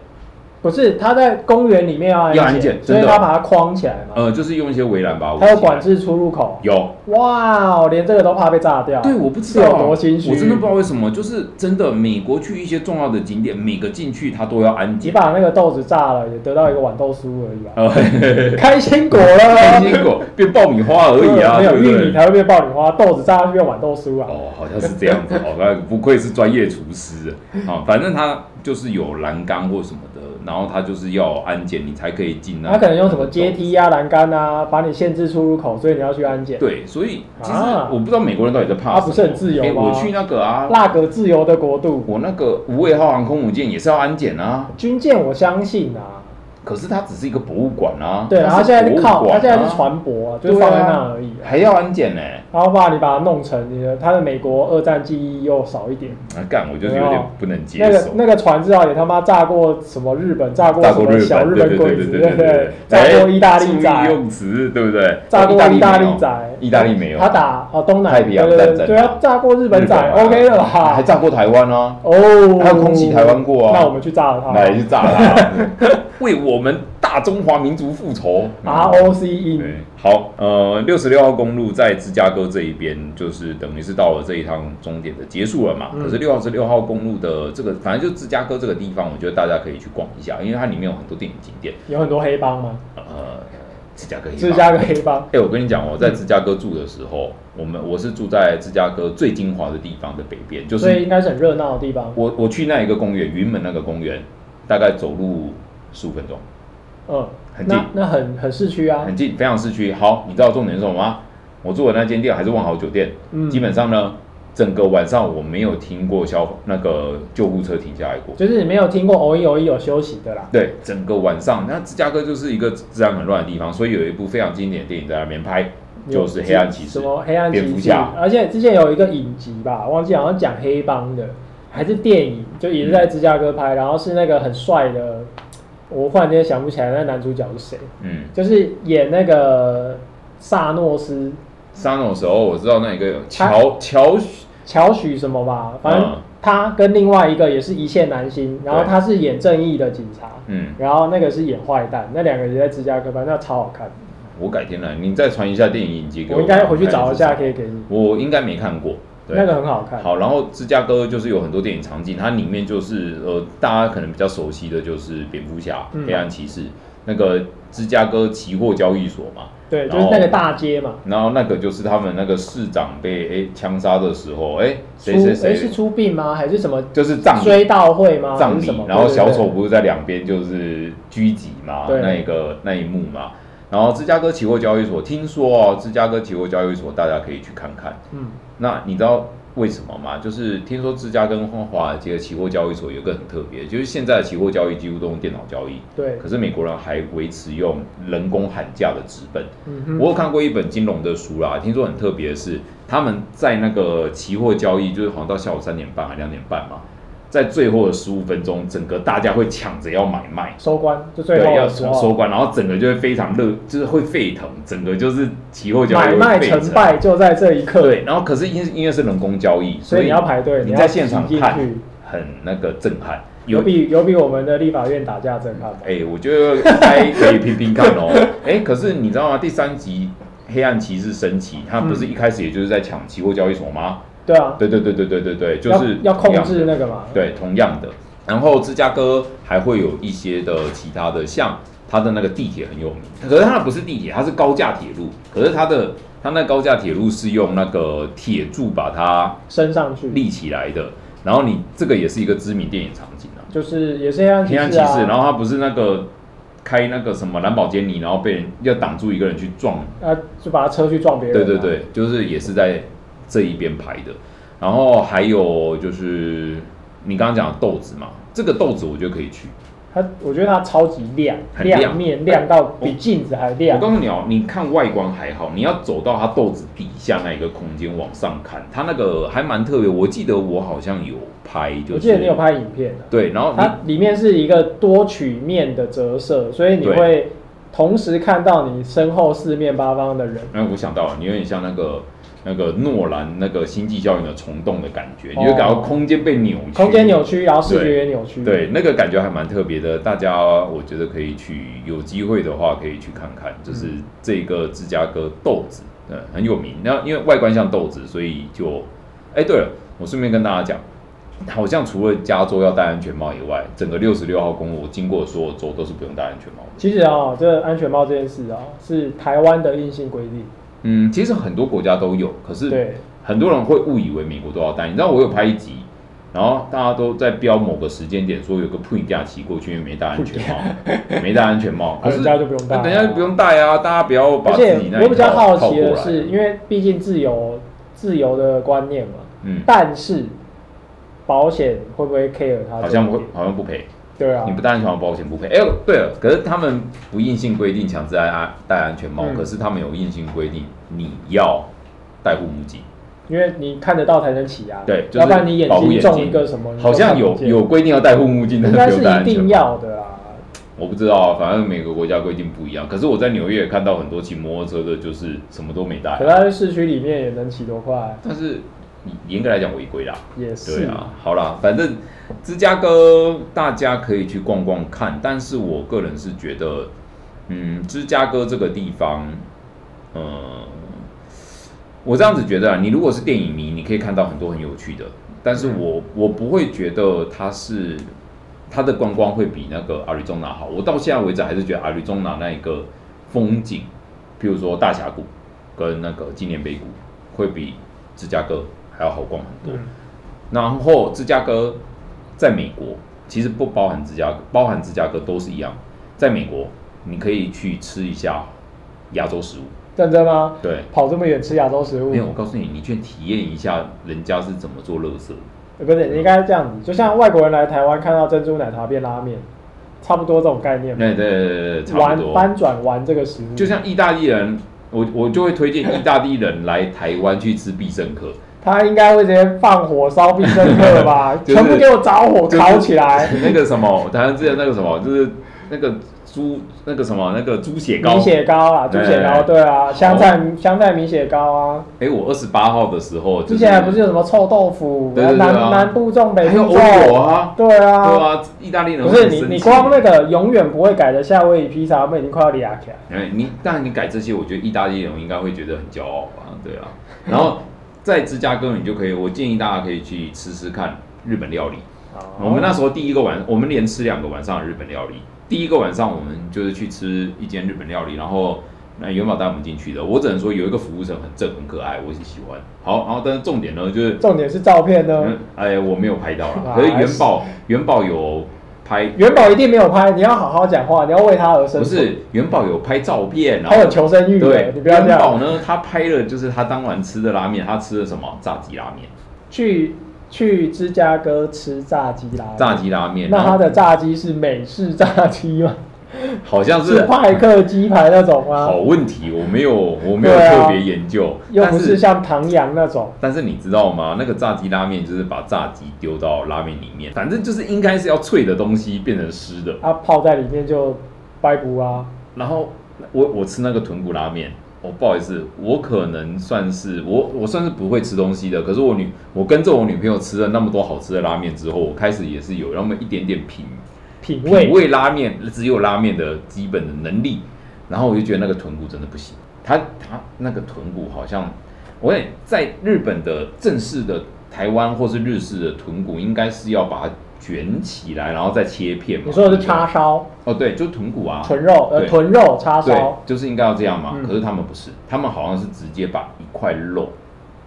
B: 不是，他在公园里面要
A: 要
B: 安
A: 安
B: 检，
A: 检
B: 所以
A: 真的
B: 他把它框起来嘛。
A: 呃，就是用一些围栏把我
B: 还有管制出入口。
A: 有
B: 哇哦，连这个都怕被炸掉。
A: 对，我不知道啊
B: 是有多心虚
A: 我真的不知道为什么，就是真的，美国去一些重要的景点，每个进去它都要安
B: 你
A: 检。
B: 把那个豆子炸了，也得到一个豌豆酥而已吧。
A: 呃， [laughs]
B: 开心果了，
A: 开心果变爆米花而已啊，
B: 没有
A: 对不
B: 玉米
A: 对？
B: 才会变爆米花，豆子炸下去变豌豆酥啊。
A: 哦，好像是这样子哦，那不愧是专业厨师啊！反正它就是有栏杆或什么的，然后它就是要安检，你才可以进那。
B: 他可能用什么阶梯啊、栏杆啊，把你限制出入口，所以你要去安检。
A: 对，所以其实
B: 啊
A: 我不知道美国人到底在怕什
B: 啊
A: 么
B: 不是很自由
A: 哎
B: 吗
A: 我去那个啊，
B: 那个自由的国度，
A: 我那个无畏号航空母舰也是要安检啊，
B: 军舰我相信啊。
A: 可是它只是一个博物馆啊。
B: 对，然后
A: 它
B: 它
A: 是
B: 现在是
A: 博物
B: 靠，它
A: 馆
B: 现在
A: 啊
B: 是船舶啊，就是放在那而已
A: 对啊
B: 啊。
A: 还要安检呢、
B: 然后把你把它弄成你的，它的美国二战记忆又少一点。
A: 啊，干，我就是有点不能接
B: 那个
A: 受。
B: 那个船至少也他妈炸过什么日本，炸过
A: 炸
B: 什
A: 过
B: 么
A: 日
B: 小
A: 本，
B: 日
A: 对
B: 本
A: 对
B: 鬼
A: 对
B: 子，
A: 对
B: 对不对
A: 对？
B: 炸过意大利
A: 哎注意
B: 仔，
A: 用词对不对？
B: 炸过意大
A: 没
B: 利
A: 有
B: 仔，
A: 意大利没有，
B: 他打哦东南
A: 太平洋
B: 对对
A: 战争
B: 对啊，炸过日本仔
A: 日本啊
B: ，OK 了吧？
A: 还炸过台湾啊，
B: 哦，
A: 还有空袭台湾过啊
B: 那我们去炸了
A: 来去
B: 它。
A: 炸
B: [laughs]
A: 他，对为我们大中华民族复仇。嗯
B: ROC 音
A: 对，好，呃，六十六号公路在芝加哥这一边，就是等于是到了这一趟终点的结束了嘛。
B: 嗯
A: 可是六十六号公路的这个，反正就芝加哥这个地方，我觉得大家可以去逛一下，因为它里面有很多电影景点。
B: 有很多黑帮吗？
A: 呃，芝加哥黑帮
B: 芝加哥黑帮，
A: 哎、我跟你讲哦，
B: 嗯
A: 我在芝加哥住的时候，我们我是住在芝加哥最精华的地方的北边，就
B: 所以
A: 是
B: 应该是很热闹的地方。
A: 我我去那一个公园，云门那个公园，大概走路十五分钟，
B: 嗯，
A: 很近
B: 那那很很市区啊
A: 很，近，非常市区。好，你知道重点是什么吗？我住的那间店还是万豪酒店，
B: 嗯
A: 基本上呢，整个晚上我没有听过消防那个救护车停下来过。
B: 就是你没有听过偶一偶一有休息的啦。
A: 对，整个晚上，那芝加哥就是一个治安很乱的地方，所以有一部非常经典的电影在那边拍，就是《黑暗骑士
B: 什》。么黑暗
A: 蝙
B: 骑
A: 蝠
B: 士
A: 侠，
B: 而且之前有一个影集吧，忘记好像讲黑帮的，还是电影，就也是在芝加哥
A: 嗯
B: 拍，然后是那个很帅的，我忽然间想不起来那男主角是谁，
A: 嗯，
B: 就是演那个萨诺斯
A: 沙龙的时候，我知道那一个有
B: 他
A: 乔乔
B: 乔许什么吧，反正
A: 嗯
B: 他跟另外一个也是一线男星，然后
A: 对
B: 他是演正义的警察，
A: 嗯，
B: 然后那个是演坏蛋，那两个也在芝加哥拍，那超好看。
A: 我改天来，你再传一下电影影集给我。
B: 我应该回去找一下，
A: 看
B: 可以给你。
A: 是什么。我应该没看过。对
B: 那个很好看。
A: 好，然后芝加哥就是有很多电影场景，它里面就是呃，大家可能比较熟悉的就是蝙蝠侠、
B: 嗯
A: 黑暗骑士，那个芝加哥期货交易所嘛，
B: 对，
A: 然
B: 就是
A: 后
B: 那个大街嘛，
A: 然后那个就是他们那个市长被诶枪杀的时候，诶
B: 出
A: 谁谁
B: 诶是
A: 谁
B: 出殡吗？还是什么
A: 就是葬礼
B: 追悼会吗？
A: 葬
B: 还是
A: 礼
B: 什么，
A: 然后
B: 对对
A: 小
B: 对
A: 丑不是在两边就是狙击嘛，
B: 对
A: 那一个那一幕嘛。然后芝加哥期货交易所，听说哦，芝加哥期货交易所大家可以去看看。
B: 嗯，
A: 那你知道为什么吗？就是听说芝加哥跟华尔街的期货交易所有一个很特别，就是现在的期货交易几乎都用电脑交易，
B: 对，
A: 可是美国人还维持用人工喊价的纸本。
B: 嗯哼，
A: 我有看过一本金融的书啦，听说很特别的是，他们在那个期货交易，就是好像到下午三点半还两点半嘛，在最后的十五分钟，整个大家会抢着要买卖，
B: 收官就最
A: 对，
B: 后
A: 要
B: 的时
A: 收收
B: 候，
A: 官，然后整个就会非常热，就是会沸腾，整个就是期货交易
B: 买
A: 会
B: 卖
A: 沸
B: 成败就在这一刻，
A: 对，然后可是因为因为是人工交易，
B: 所以你要排队，
A: 你
B: 要
A: 在现场
B: 挤进
A: 看
B: 去，
A: 很那个震撼，
B: 有比有比我们的立法院打架震撼吗？
A: 哎、我觉得应该可以拼拼看哦。 [laughs] 哎、可是你知道吗？第三集《黑暗骑士升旗》，它不是一开始也就是在抢期货交易所吗？
B: 对啊，
A: 对对对对对对对，就是
B: 要要控
A: 同样
B: 制
A: 的
B: 那个嘛，
A: 对，同样的。然后芝加哥还会有一些的其他的，像它的那个地铁很有名，可是它不是地铁，它是高架铁路。可是它的它那高架铁路是用那个铁柱把它
B: 升上去，
A: 立起来的。然后你这个也是一个知名电影场景啊，
B: 就是也是黑暗
A: 黑暗骑
B: 啊，
A: 士，然后他不是那个开那个什么兰博基尼，然后被人要挡住一个人去撞，
B: 啊就把他车去撞别人，啊
A: 对对，对，就是也是在这一边拍的。然后还有就是你刚刚讲的豆子嘛，这个豆子我觉得可以去。
B: 它我觉得它超级亮，
A: 很亮哎
B: 面亮到比镜子还亮
A: 我，告诉你哦，你看外观还好，你要走到它豆子底下那一个空间往上看，它那个还蛮特别。我记得我好像有拍，就是
B: 我记得你有拍影片啊
A: 对，然后你
B: 它里面是一个多曲面的折射，所以你
A: 对
B: 会同时看到你身后四面八方的人。
A: 哎，我想到了，你有点像那个那个诺兰那个《星际效应》的虫洞的感觉，
B: 哦
A: 你就感到空间被扭曲，
B: 空间扭曲，然后视觉也扭曲。
A: 对，那个感觉还蛮特别的。大家我觉得可以去，有机会的话可以去看看，就是这个芝加哥豆子，嗯，很有名。那因为外观像豆子，所以就，哎，对了，我顺便跟大家讲。好像除了加州要戴安全帽以外，整个六十六号公路我经过的所有州都是不用戴安全帽的。
B: 其实哦，这个安全帽这件事哦，是台湾的硬性规定。
A: 嗯，其实很多国家都有，可是
B: 对，
A: 很多人会误以为美国都要戴，你知道我有拍一集，然后大家都在标某个时间点，说有个普影假期过去，因为没戴安全帽， [laughs] 没戴安全帽，可是
B: 人家就不用戴啊
A: 人家就不用戴啊，大家不要把
B: 而
A: 自
B: 且
A: 己那一套
B: 我比较好奇
A: 套
B: 的
A: 过
B: 是，
A: 来
B: 因为毕竟自由自由的观念嘛，
A: 嗯，
B: 但是保险会不会 care 它？
A: 好像不会，好像不赔，
B: 对啊
A: 你，不戴安全帽保险不赔。哎、对了，可是他们不硬性规定强制戴安戴安全帽，
B: 嗯
A: 可是他们有硬性规定你要戴护目镜。
B: 因为你看得到才能起啊。
A: 对就是
B: 要不然你眼
A: 保护
B: 睛
A: 眼
B: 中
A: 睛
B: 一个什么，你
A: 好像
B: 就看
A: 有
B: 不见
A: 有规定要戴护目镜，但是
B: 应
A: [laughs]
B: 该
A: 不
B: 是
A: 用戴安
B: 一
A: 全
B: 定
A: 帽。
B: 要的啊。
A: 我不知道，啊反正每个国家规定不一样。可是我在纽约也看到很多骑摩托车的，就是什么都没带
B: 可是
A: 啊、
B: 它在市区里面也能骑多快？
A: 但是严格来讲违规啦。
B: 也是
A: 对啊，好啦，反正芝加哥大家可以去逛逛看，但是我个人是觉得，嗯，芝加哥这个地方，嗯、我这样子觉得啊，你如果是电影迷，你可以看到很多很有趣的，但是我我不会觉得它是它的观光会比那个阿里中纳好。我到现在为止还是觉得阿里中纳那一个风景，譬如说大峡谷跟那个纪念碑谷，会比芝加哥还要好逛很多。
B: 嗯
A: 然后芝加哥在美国其实不包含芝加哥，包含芝加哥都是一样。在美国，你可以去吃一下亚洲食物，
B: 认真吗？
A: 对。
B: 跑这么远吃亚洲食物
A: 没？有，我告诉你，你去体验一下人家是怎么做乐色。
B: 呃不是，你应该这样子，就像外国人来台湾看到珍珠奶茶变拉面，差不多这种概念嘛。
A: 对对对对对，差
B: 玩
A: 不多。
B: 翻转玩这个食物，
A: 就像意大利人，我我就会推荐意大利人来台湾去吃必胜客。
B: 他应该会直接放火烧必胜客吧？
A: [laughs] 就是
B: 全部给我着火
A: 就是
B: 烤起来！
A: 那个什么，台湾之前那个什么，就是那个猪那个什么那个猪血糕
B: 米。血糕啊，猪血
A: 哎
B: 糕，对啊，香菜香菜米血糕啊，
A: 哎，我二十八号的时候，
B: 之前还不是有什么臭豆腐，
A: 对对对
B: 南
A: 啊
B: 南部重北
A: 还有
B: 部重，
A: 欧我啊，
B: 对
A: 对
B: 啊，
A: 啊，意大利人
B: 不
A: 会
B: 是
A: 很
B: 你
A: 生
B: 你
A: 气
B: 光那个永远不会改的夏威夷披萨，我们已经快要离亚起来。
A: 哎，你但你改这些，我觉得意大利人应该会觉得很骄傲吧？对啊。 [laughs] 然后在芝加哥，你就可以，我建议大家可以去吃吃看日本料理。
B: 哦
A: 我们那时候第一个晚，我们连吃两个晚上的日本料理。第一个晚上我们就是去吃一间日本料理，然后那元宝带我们进去的。我只能说有一个服务生很正，很可爱，我很喜欢。好，然后但是重点呢
B: [laughs]
A: 就是，
B: 重点是照片呢
A: 嗯，哎，我没有拍到了，
B: 哇
A: 可是元宝元宝有拍，
B: 元宝一定没有拍，你要好好讲话，你要为他而生。
A: 不，是元宝有拍照片，然
B: 还
A: 后
B: 有求生欲的
A: 对，，
B: 你不要这
A: 元宝
B: 样。
A: 呢，他拍了就是他当晚吃的拉面，他吃的什么炸鸡拉面，
B: 去去芝加哥吃炸鸡啦，
A: 炸鸡拉面，
B: 那
A: 然
B: 它
A: 后
B: 的炸鸡是美式炸鸡吗？
A: 好像
B: 是
A: 是
B: 派克鸡排那种吗
A: 好？问题，我没有我没有
B: 对啊
A: 特别研究，
B: 又不
A: 但
B: 是像唐扬那种，
A: 但是你知道吗？那个炸鸡拉面就是把炸鸡丢到拉面里面，反正就是应该是要脆的东西变成湿的。
B: 它啊泡在里面就掰不啊。
A: 然后我我吃那个豚骨拉面，我、不好意思，我可能算是我我算是不会吃东西的，可是我女我跟着我女朋友吃了那么多好吃的拉面之后，我开始也是有那么一点点品
B: 品
A: 品
B: 味
A: 味拉面，只有拉面的基本的能力。然后我就觉得那个豚骨真的不行，它它那个豚骨好像，我也在日本的正式的台湾或是日式的豚骨，应该是要把它卷起来，然后再切片嘛。
B: 你说的
A: 对
B: 是
A: 不对
B: 叉烧、
A: 哦，对，就豚骨啊，
B: 豚肉，呃，
A: 对
B: 豚肉叉
A: 对
B: 烧，，
A: 就是应该要这样嘛。
B: 嗯
A: 可是他们不是，他们好像是直接把一块肉，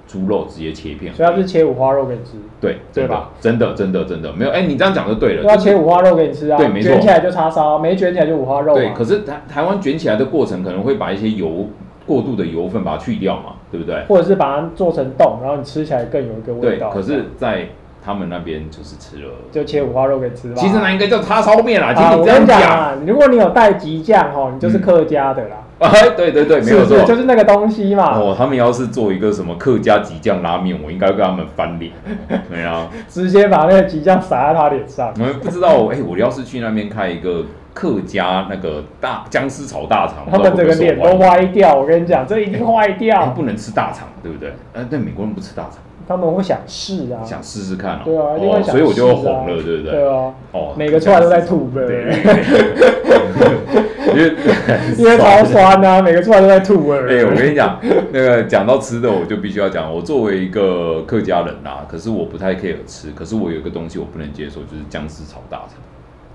A: 猪肉直接切片。
B: 所以它是切五花肉给你吃，
A: 对，真
B: 对
A: 的
B: 吧，
A: 真的，真的，真的没有。哎，你这样讲就对了。
B: 对要
A: 就是
B: 切五花肉给你吃啊，
A: 对没错
B: 卷起来就叉烧，没卷起来就五花肉
A: 对，
B: 嘛
A: 可。是台台湾卷起来的过程可能会把一些油过度的油分把它去掉嘛，对不对？
B: 或者是把它做成冻，然后你吃起来更有一个味
A: 对
B: 道。，
A: 可是，在他们那边就是吃了，
B: 就切五花肉给你吃吧。
A: 其实那应该叫叉烧面啦。
B: 啊，
A: 听你
B: 我
A: 这
B: 跟
A: 样
B: 你讲
A: 讲，
B: 啊，如果你有带吉酱哦，你就是
A: 嗯
B: 客家的啦，
A: 哎， [laughs] 对对对，没
B: 是
A: 有
B: 不是？就啊
A: 错。
B: 是那个东西嘛，
A: 哦，他们要是做一个什么客家吉酱拉面，我应该跟他们翻脸。 [laughs] 对啊，
B: 直接把那个吉酱撒在他脸上
A: 我，们不知道，哎、我要是去那边开一个客家那个大僵尸炒大肠，
B: 他们整个脸都
A: 歪，
B: 歪掉。我跟你讲，这一定坏
A: 哎
B: 掉。
A: 不能吃大肠，对不对？呃，对，美国人不吃大肠。
B: 他们会想试啊，
A: 想试试看哦，
B: 对啊，一定
A: 哦
B: 会想试啊。
A: 所以我就红了，对不对？
B: 对啊，
A: 哦，
B: 每个出来都在吐对不对
A: 因为
B: [laughs]
A: [laughs]
B: 因为超酸啊，每个出来都在吐
A: 哎、我
B: 哎。
A: 跟你讲，那个讲到吃的，我就必须要讲，我作为一个客家人啊，可是我不太 care 吃，可是我有一个东西我不能接受，就是僵尸炒大肠。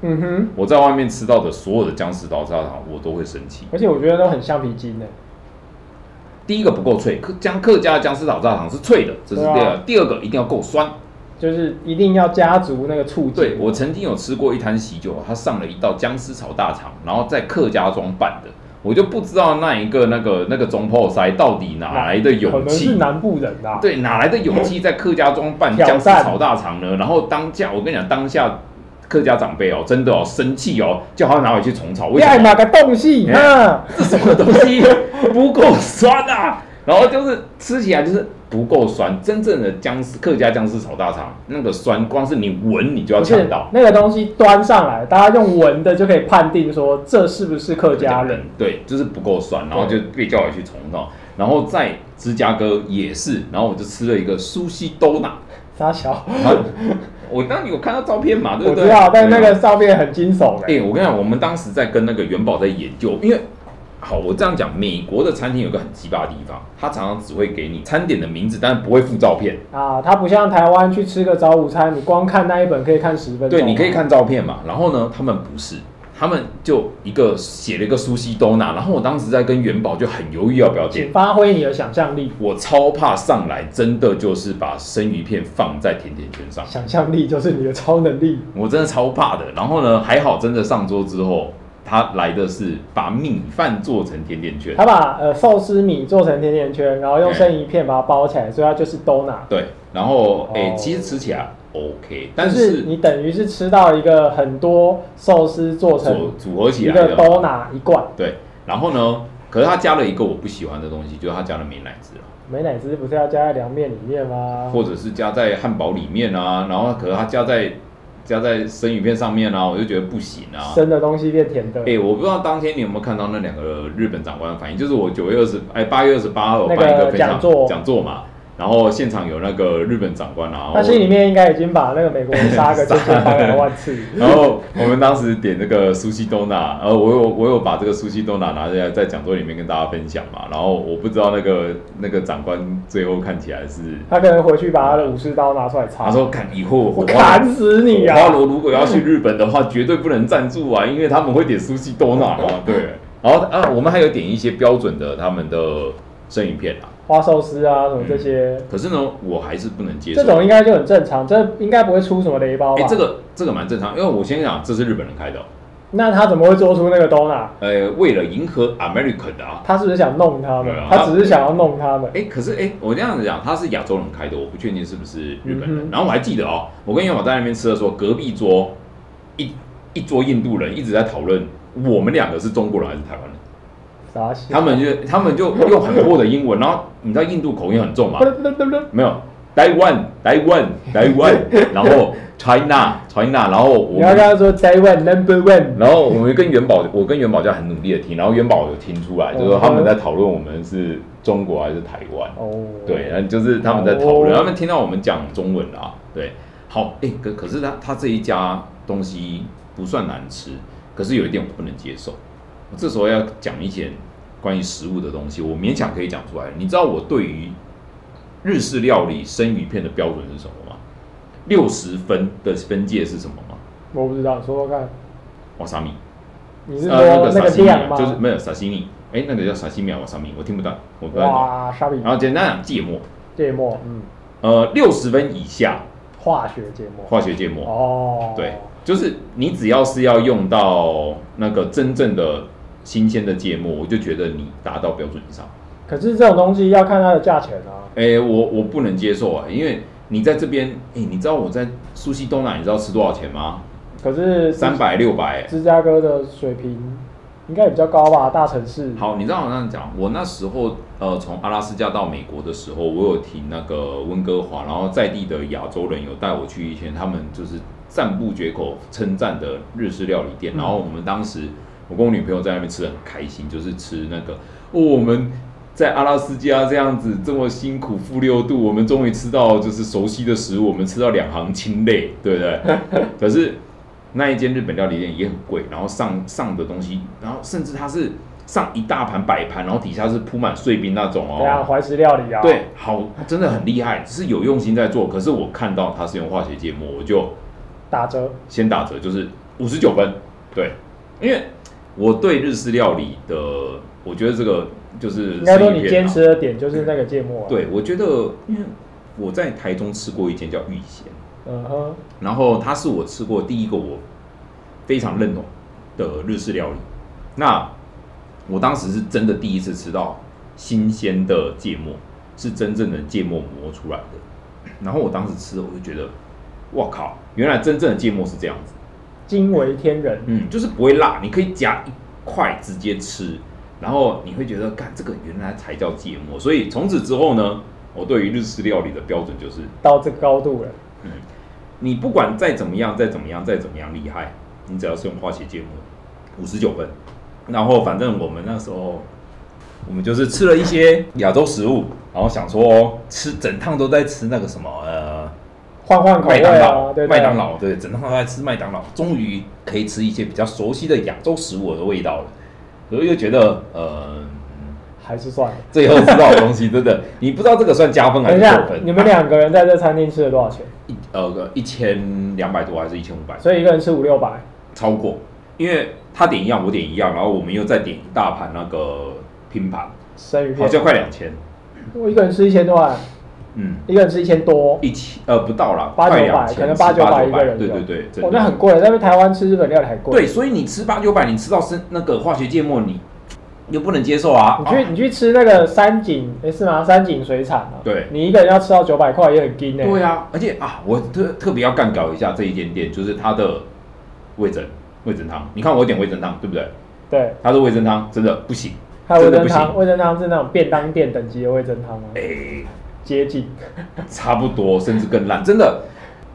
B: 嗯哼，
A: 我在外面吃到的所有的僵尸炒大肠，我都会生气。
B: 而且我觉得都很橡皮筋欸呢。
A: 第一个不够脆，客江客家的僵尸炒大肠是脆的，这是第
B: 对
A: 二。
B: 啊
A: 第二个一定要够酸。
B: 就是一定要加足那个醋劲。
A: 对我曾经有吃过一摊喜酒，它上了一道僵尸炒大肠，然后在客家庄办的，我就不知道那一个那个那个中破塞到底哪来的
B: 可
A: 勇
B: 能是
A: 气。
B: 南部人啊。
A: 对，哪来的勇气在客家庄办
B: 挑
A: 僵尸
B: 战
A: 炒大肠呢？然后当下，我跟你讲，当下客家长辈哦，真的哦，生气哦，叫他拿回去重炒。为
B: 你爱
A: 什么？
B: 哎哪个东西啊？
A: 这什么东西不够酸啊？然后就是吃起来就是不够酸。真正的僵尸客家僵尸炒大肠，那个酸光是你闻你就要
B: 不
A: 呛
B: 是
A: 到。
B: 那个东西端上来，大家用闻的就可以判定说这是不是客家人。
A: 对，就是不够酸，然后就被叫我去重弄。然后在芝加哥也是，然后我就吃了一个苏西兜拿，
B: 傻小，
A: 然后我当时有看到照片嘛，对
B: 我
A: 不对？
B: 知道，但那
A: 对啊
B: 个上面很惊悚
A: 哎、
B: 哎。
A: 我跟你讲，我们当时在跟那个元宝在研究，因为好，我这样讲，美国的餐厅有个很奇葩的地方，它常常只会给你餐点的名字，但是不会附照片。
B: 啊，它不像台湾去吃个早午餐，你光看那一本可以看十分钟。啊
A: 对，你可以。看照片嘛。然后呢，他们不是，他们就一个写了一个苏西兜拿，然后我当时在跟元宝就很犹豫要不要点
B: 请。发挥你的想象力，
A: 我超怕上来真的就是把生鱼片放在甜甜圈上，
B: 想象力就是你的超能力。
A: 我真的超怕的。然后呢，还好真的上桌之后，他来的是把米饭做成甜甜圈，
B: 他把呃寿司米做成甜甜圈，然后用生鱼片把它包起来，所以它就是 donut。
A: 对，然后诶、
B: 哦
A: 其实吃起来 OK，
B: 就
A: 但
B: 是
A: 是
B: 你等于是吃到一个很多寿司做
A: 组
B: 成
A: 组合起
B: 一
A: 来
B: 个
A: 的
B: d o n 一罐，
A: 对，然后呢，可是他加了一个我不喜欢的东西，就是他加了美乃滋啊了
B: 美乃滋不是要加在凉面里面吗？
A: 或者是加在汉堡里面啊，然后可是它加在加在生鱼片上面啊，我就觉得不行啊。
B: 生的东西变甜的。
A: 哎、我不知道当天你有没有看到那两个日本长官的反应，就是我九月二十，哎，八月二十八号有办
B: 那个
A: 一个分享
B: 讲座
A: 讲座嘛，然后现场有那个日本长官啊，
B: 他心里面应该已经把那个美国人杀个千千百百
A: [laughs]
B: 万次。
A: 然后我们当时点那个苏西多纳，呃，我有我有把这个苏西多纳拿下来在讲座里面跟大家分享嘛，然后我不知道那个那个长官最后看起来是，
B: 他可能回去把他的武士刀拿出来插
A: 他，说看以后
B: 我
A: 我
B: [laughs] 砍死你
A: 花
B: 啊！
A: 罗如果要去日本的话，绝对不能赞助啊，因为他们会点苏西多纳
B: [laughs]
A: 啊，对。然后啊，我们还有点一些标准的他们的生鱼片啊，
B: 花寿司啊，什么这些，
A: 可是呢，我还是不能接受。
B: 这种应该就很正常，这应该不会出什么雷包
A: 哎、
B: 吧？
A: 这个这个蛮正常，因为我先讲，这是日本人开的哦，
B: 那他怎么会做出那个 donut？
A: 呃，为了迎合 American 的啊，
B: 他是不是想弄他们
A: 对啊？
B: 他只是想要弄他们。
A: 哎、可是哎、我这样子讲，他是亚洲人开的，我不确定是不是日本人。
B: 嗯哼
A: 然后我还记得哦，我跟元宝在那边吃的时候，隔壁桌一一桌印度人一直在讨论我们两个是中国人还是台湾人，
B: 啥戏？
A: 他们就他们
B: [laughs]
A: 就用很破的英文，然后你知道印度口音很重嘛
B: 不，不不不，
A: 没有台湾台湾台
B: [laughs]
A: 湾，然后 China China，然后我
B: 你要跟
A: 们。
B: 他说 Day One Number One，
A: 然后我们跟元宝，我跟元宝就很努力的听，然后元宝有听出来，就是说他们在讨论我们是中国还是台湾。
B: 哦，
A: 对，，然后就是他们在讨论，
B: 哦
A: 他们听到我们讲中文啦，对，好，哎、可可是他他这一家东西不算难吃，可是有一点我不能接受，我这时候要讲一点关于食物的东西，我勉强可以讲出来。你知道我对于日式料理生鱼片的标准是什么吗？六十分的分界是什么吗？
B: 我不知道，说说看，
A: 瓦萨米，
B: 你是说那
A: 沙
B: 个
A: 西米
B: 量
A: 啊，
B: 吗？
A: 就是没有沙西米，哎、那个叫沙西米啊，瓦萨米，我听不到，我不知道。
B: 哇，沙比
A: 呃然后简单讲芥末，
B: 芥末，嗯，
A: 呃，六十分以下
B: 化学芥末，
A: 化学芥末，
B: 哦，
A: 对，就是你只要是要用到那个真正的新鲜的芥末，我就觉得你达到标准以上。
B: 可是这种东西要看它的价钱啊。
A: 哎、我我不能接受啊，因为你在这边，哎、你知道我在苏西东南，你知道吃多少钱吗？
B: 可是
A: 三百六百。
B: 芝加哥的水平应该也比较高吧，大城市。
A: 好，你知道我这样讲，我那时候呃从阿拉斯加到美国的时候，我有停那个温哥华，然后在地的亚洲人有带我去一些他们就是赞不绝口称赞的日式料理店，
B: 嗯
A: 然后我们当时我跟我女朋友在那边吃的很开心，就是吃那个哦我们。在阿拉斯加这样子这么辛苦负六度，我们终于吃到就是熟悉的食物，我们吃到两行清泪，对不对？可是那一间日本料理店也很贵，然后上上的东西，然后甚至它是上一大盘摆盘，然后底下是铺满碎冰那种
B: 等一下
A: 哦。
B: 怀石料理啊，
A: 对，，好，真的很厉害，是有用心在做。可是我看到它是用化学芥末，我就
B: 打折，
A: 先打折，就是五十九分。对，因为我对日式料理的，我觉得这个就是
B: 应该说
A: 生鱼
B: 你
A: 片啊
B: 坚持的点就是那个芥末、啊。，
A: 对，我觉得因为我在台中吃过一间叫玉贤，
B: 嗯哼，
A: 然后它是我吃过第一个我非常认同的日式料理。那我当时是真的第一次吃到新鲜的芥末，是真正的芥末磨出来的。然后我当时吃，我就觉得，哇靠，原来真正的芥末是这样子，
B: 惊为天人。
A: 嗯，就是不会辣，你可以夹一块直接吃，然后你会觉得，干这个原来才叫芥末。所以从此之后呢，我对于日式料理的标准就是
B: 到这个高度了，
A: 你不管再怎么样，再怎么样，再怎么样厉害，你只要是用化学芥末，五十九分。然后反正我们那时候，我们就是吃了一些亚洲食物，然后想说吃整趟都在吃那个什么呃
B: 换换口
A: 麦
B: 味
A: 当
B: 啊，
A: 劳，
B: 对不对
A: 麦当。劳对，整趟都在吃麦当劳，终于可以吃一些比较熟悉的亚洲食物的味道了。可是又觉得呃，
B: 还是算了。
A: 最后吃到的东西真的，你不知道这个算加分还
B: 等
A: 是
B: 一
A: 扣
B: 下，
A: 分？
B: 你们两个人在这餐厅吃了多少钱？
A: 一呃一千两百多还是一千五百？
B: 所以一个人吃五六百，
A: 超过，因为他点一样，我点一样，然后我们又再点一大盘那个拼盘，
B: 生鱼
A: 好
B: 片。
A: 像快两千，
B: 我一个人吃一千多块，
A: 嗯，
B: 一个人吃一千多，
A: 一千呃不到啦，
B: 八
A: 快
B: 九百，
A: 2000
B: 可能
A: 吃
B: 八
A: 八
B: 九百
A: 百
B: 一个人
A: 对
B: 的。
A: 对对，真的
B: 哦，那很贵，在台湾吃日本料理很贵。
A: 对，所以你吃八九百，你吃到生那个化学芥末，你又不能接受啊，
B: 你去
A: 啊
B: 你去吃那个三井，诶是吗？三井水产啊，
A: 对
B: 你一个人要吃到九百块也很惊呢、欸
A: 对啊，而且啊，我特特别要干搞一下这一间店，就是它的味噌味噌汤，你看我点味噌汤对不对？
B: 对，
A: 它的味噌汤真的不行，
B: 还有
A: 真
B: 味
A: 的不
B: 噌汤，
A: 行，
B: 味噌汤是那种便当店等级的味噌汤吗？啊
A: 哎。
B: 接近，
A: 差不多，甚至更烂。真的，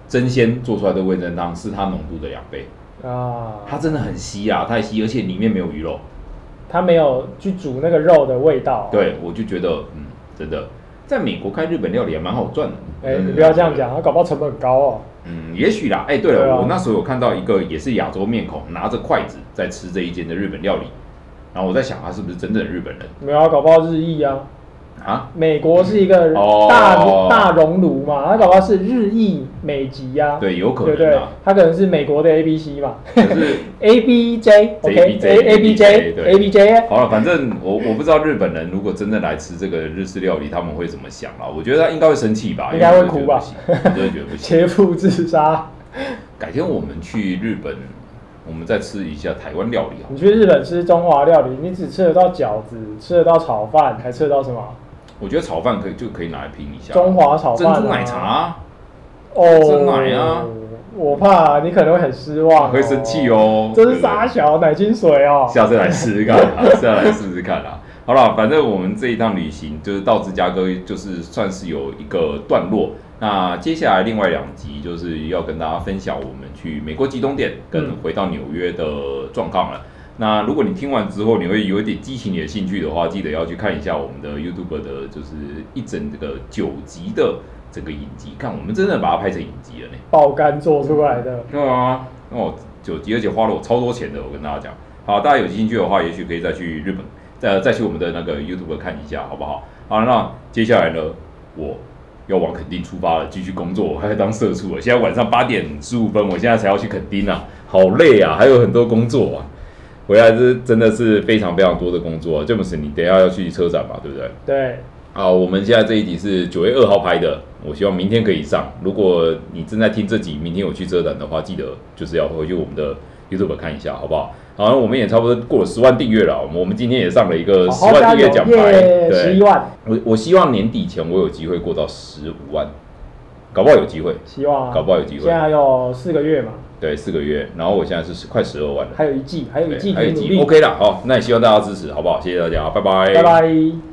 A: 真鲜做出来的味噌汤是它浓度的两倍，
B: 啊，
A: 它真的很稀啊，太稀，而且里面没有鱼肉。
B: 哦它没有去煮那个肉的味道。，啊
A: 对，我就觉得，嗯，真的，在美国开日本料理也蛮好赚的。
B: 哎、
A: 真的
B: 你不要这样讲，它搞不好成本很高哦。
A: 嗯，也许啦。哎、对了，
B: 对啊
A: 我那时候有看到一个也是亚洲面孔，拿着筷子在吃这一间的日本料理，然后我在想他是不是真正的日本人
B: 没有啊，搞不好日裔啊。
A: 啊？
B: 美国是一个
A: 哦
B: 大、大熔炉嘛，它搞不好是日裔美籍呀、啊。
A: 对，有可
B: 对不
A: 能
B: 对
A: 啊。？
B: 它可能是美国的 A B C 嘛
A: 可是
B: [laughs] ，A B J，OK，A
A: ABJ
B: A B J
A: 对
B: A B J，啊
A: 好了，反正我我不知道日本人如果真的来吃这个日式料理，他们会怎么想啦？我觉得他应该会生气吧，
B: 应该会
A: 因为我
B: 哭吧
A: 真的觉得不行，我真的觉得不行。
B: 切腹自杀。
A: 改天我们去日本，我们再吃一下台湾料理好
B: 你
A: 了。
B: 去日本吃中华料理，你只吃得到饺子，吃得到炒饭，还吃得到什么？
A: 我觉得炒饭可以就可以拿来拼一下，
B: 中华炒饭、
A: 珍
B: 啊、
A: 珠奶茶啊、
B: 哦，
A: 真奶啊
B: 我怕你可能会很失望、
A: 会生气。哦。
B: 这
A: 对
B: 是
A: 不对
B: 傻小奶精水哦。
A: 下次来试试看啊，下次来试试看啊。 [laughs] 好了，反正我们这一趟旅行就是到芝加哥，就是算是有一个段落。那接下来另外两集就是要跟大家分享我们去美国集中点跟
B: 嗯
A: 回到纽约的状况了。那如果你听完之后，你会有一点激起你的兴趣的话，记得要去看一下我们的 YouTube 的，就是一整这个九集的这个影集。看，我们真的把它拍成影集了呢。
B: 爆肝做出来的，
A: 对啊，那我九集，而且花了我超多钱的，我跟大家讲。好，大家有兴趣的话，也许可以再去日本，再再去我们的那个 YouTube 看一下，好不好？好，那接下来呢，我要往垦丁出发了，继续工作，我还要当社畜了。现在晚上八点十五分，我现在才要去垦丁啊，好累啊，还有很多工作啊。回来是真的是非常非常多的工作、啊，詹姆斯，你等一下要去车展嘛，对不对？
B: 对，
A: 好，我们现在这一集是九月二号拍的，我希望明天可以上。如果你正在听这集，明天有去遮展的话，记得就是要回去我们的 YouTube 看一下，好不好？好，我们也差不多过了十万订阅了，我们今天也上了一个
B: 好
A: 十
B: 好
A: 万
B: 加
A: 订
B: 油
A: 阅奖，牌，
B: 耶！十一
A: 对，
B: 万，
A: 我我希望年底前我有机会过到十五万，搞不好有机会，
B: 希望啊
A: 搞不好有机
B: 现
A: 会，
B: 在还有四个月嘛，
A: 对，四个月，然后我现在是十快十二万了，
B: 还有一季，还有一季
A: 对
B: 可以努力。
A: ，OK 啦，好，那也希望大家支持，好不好？谢谢大家，拜拜，
B: 拜拜。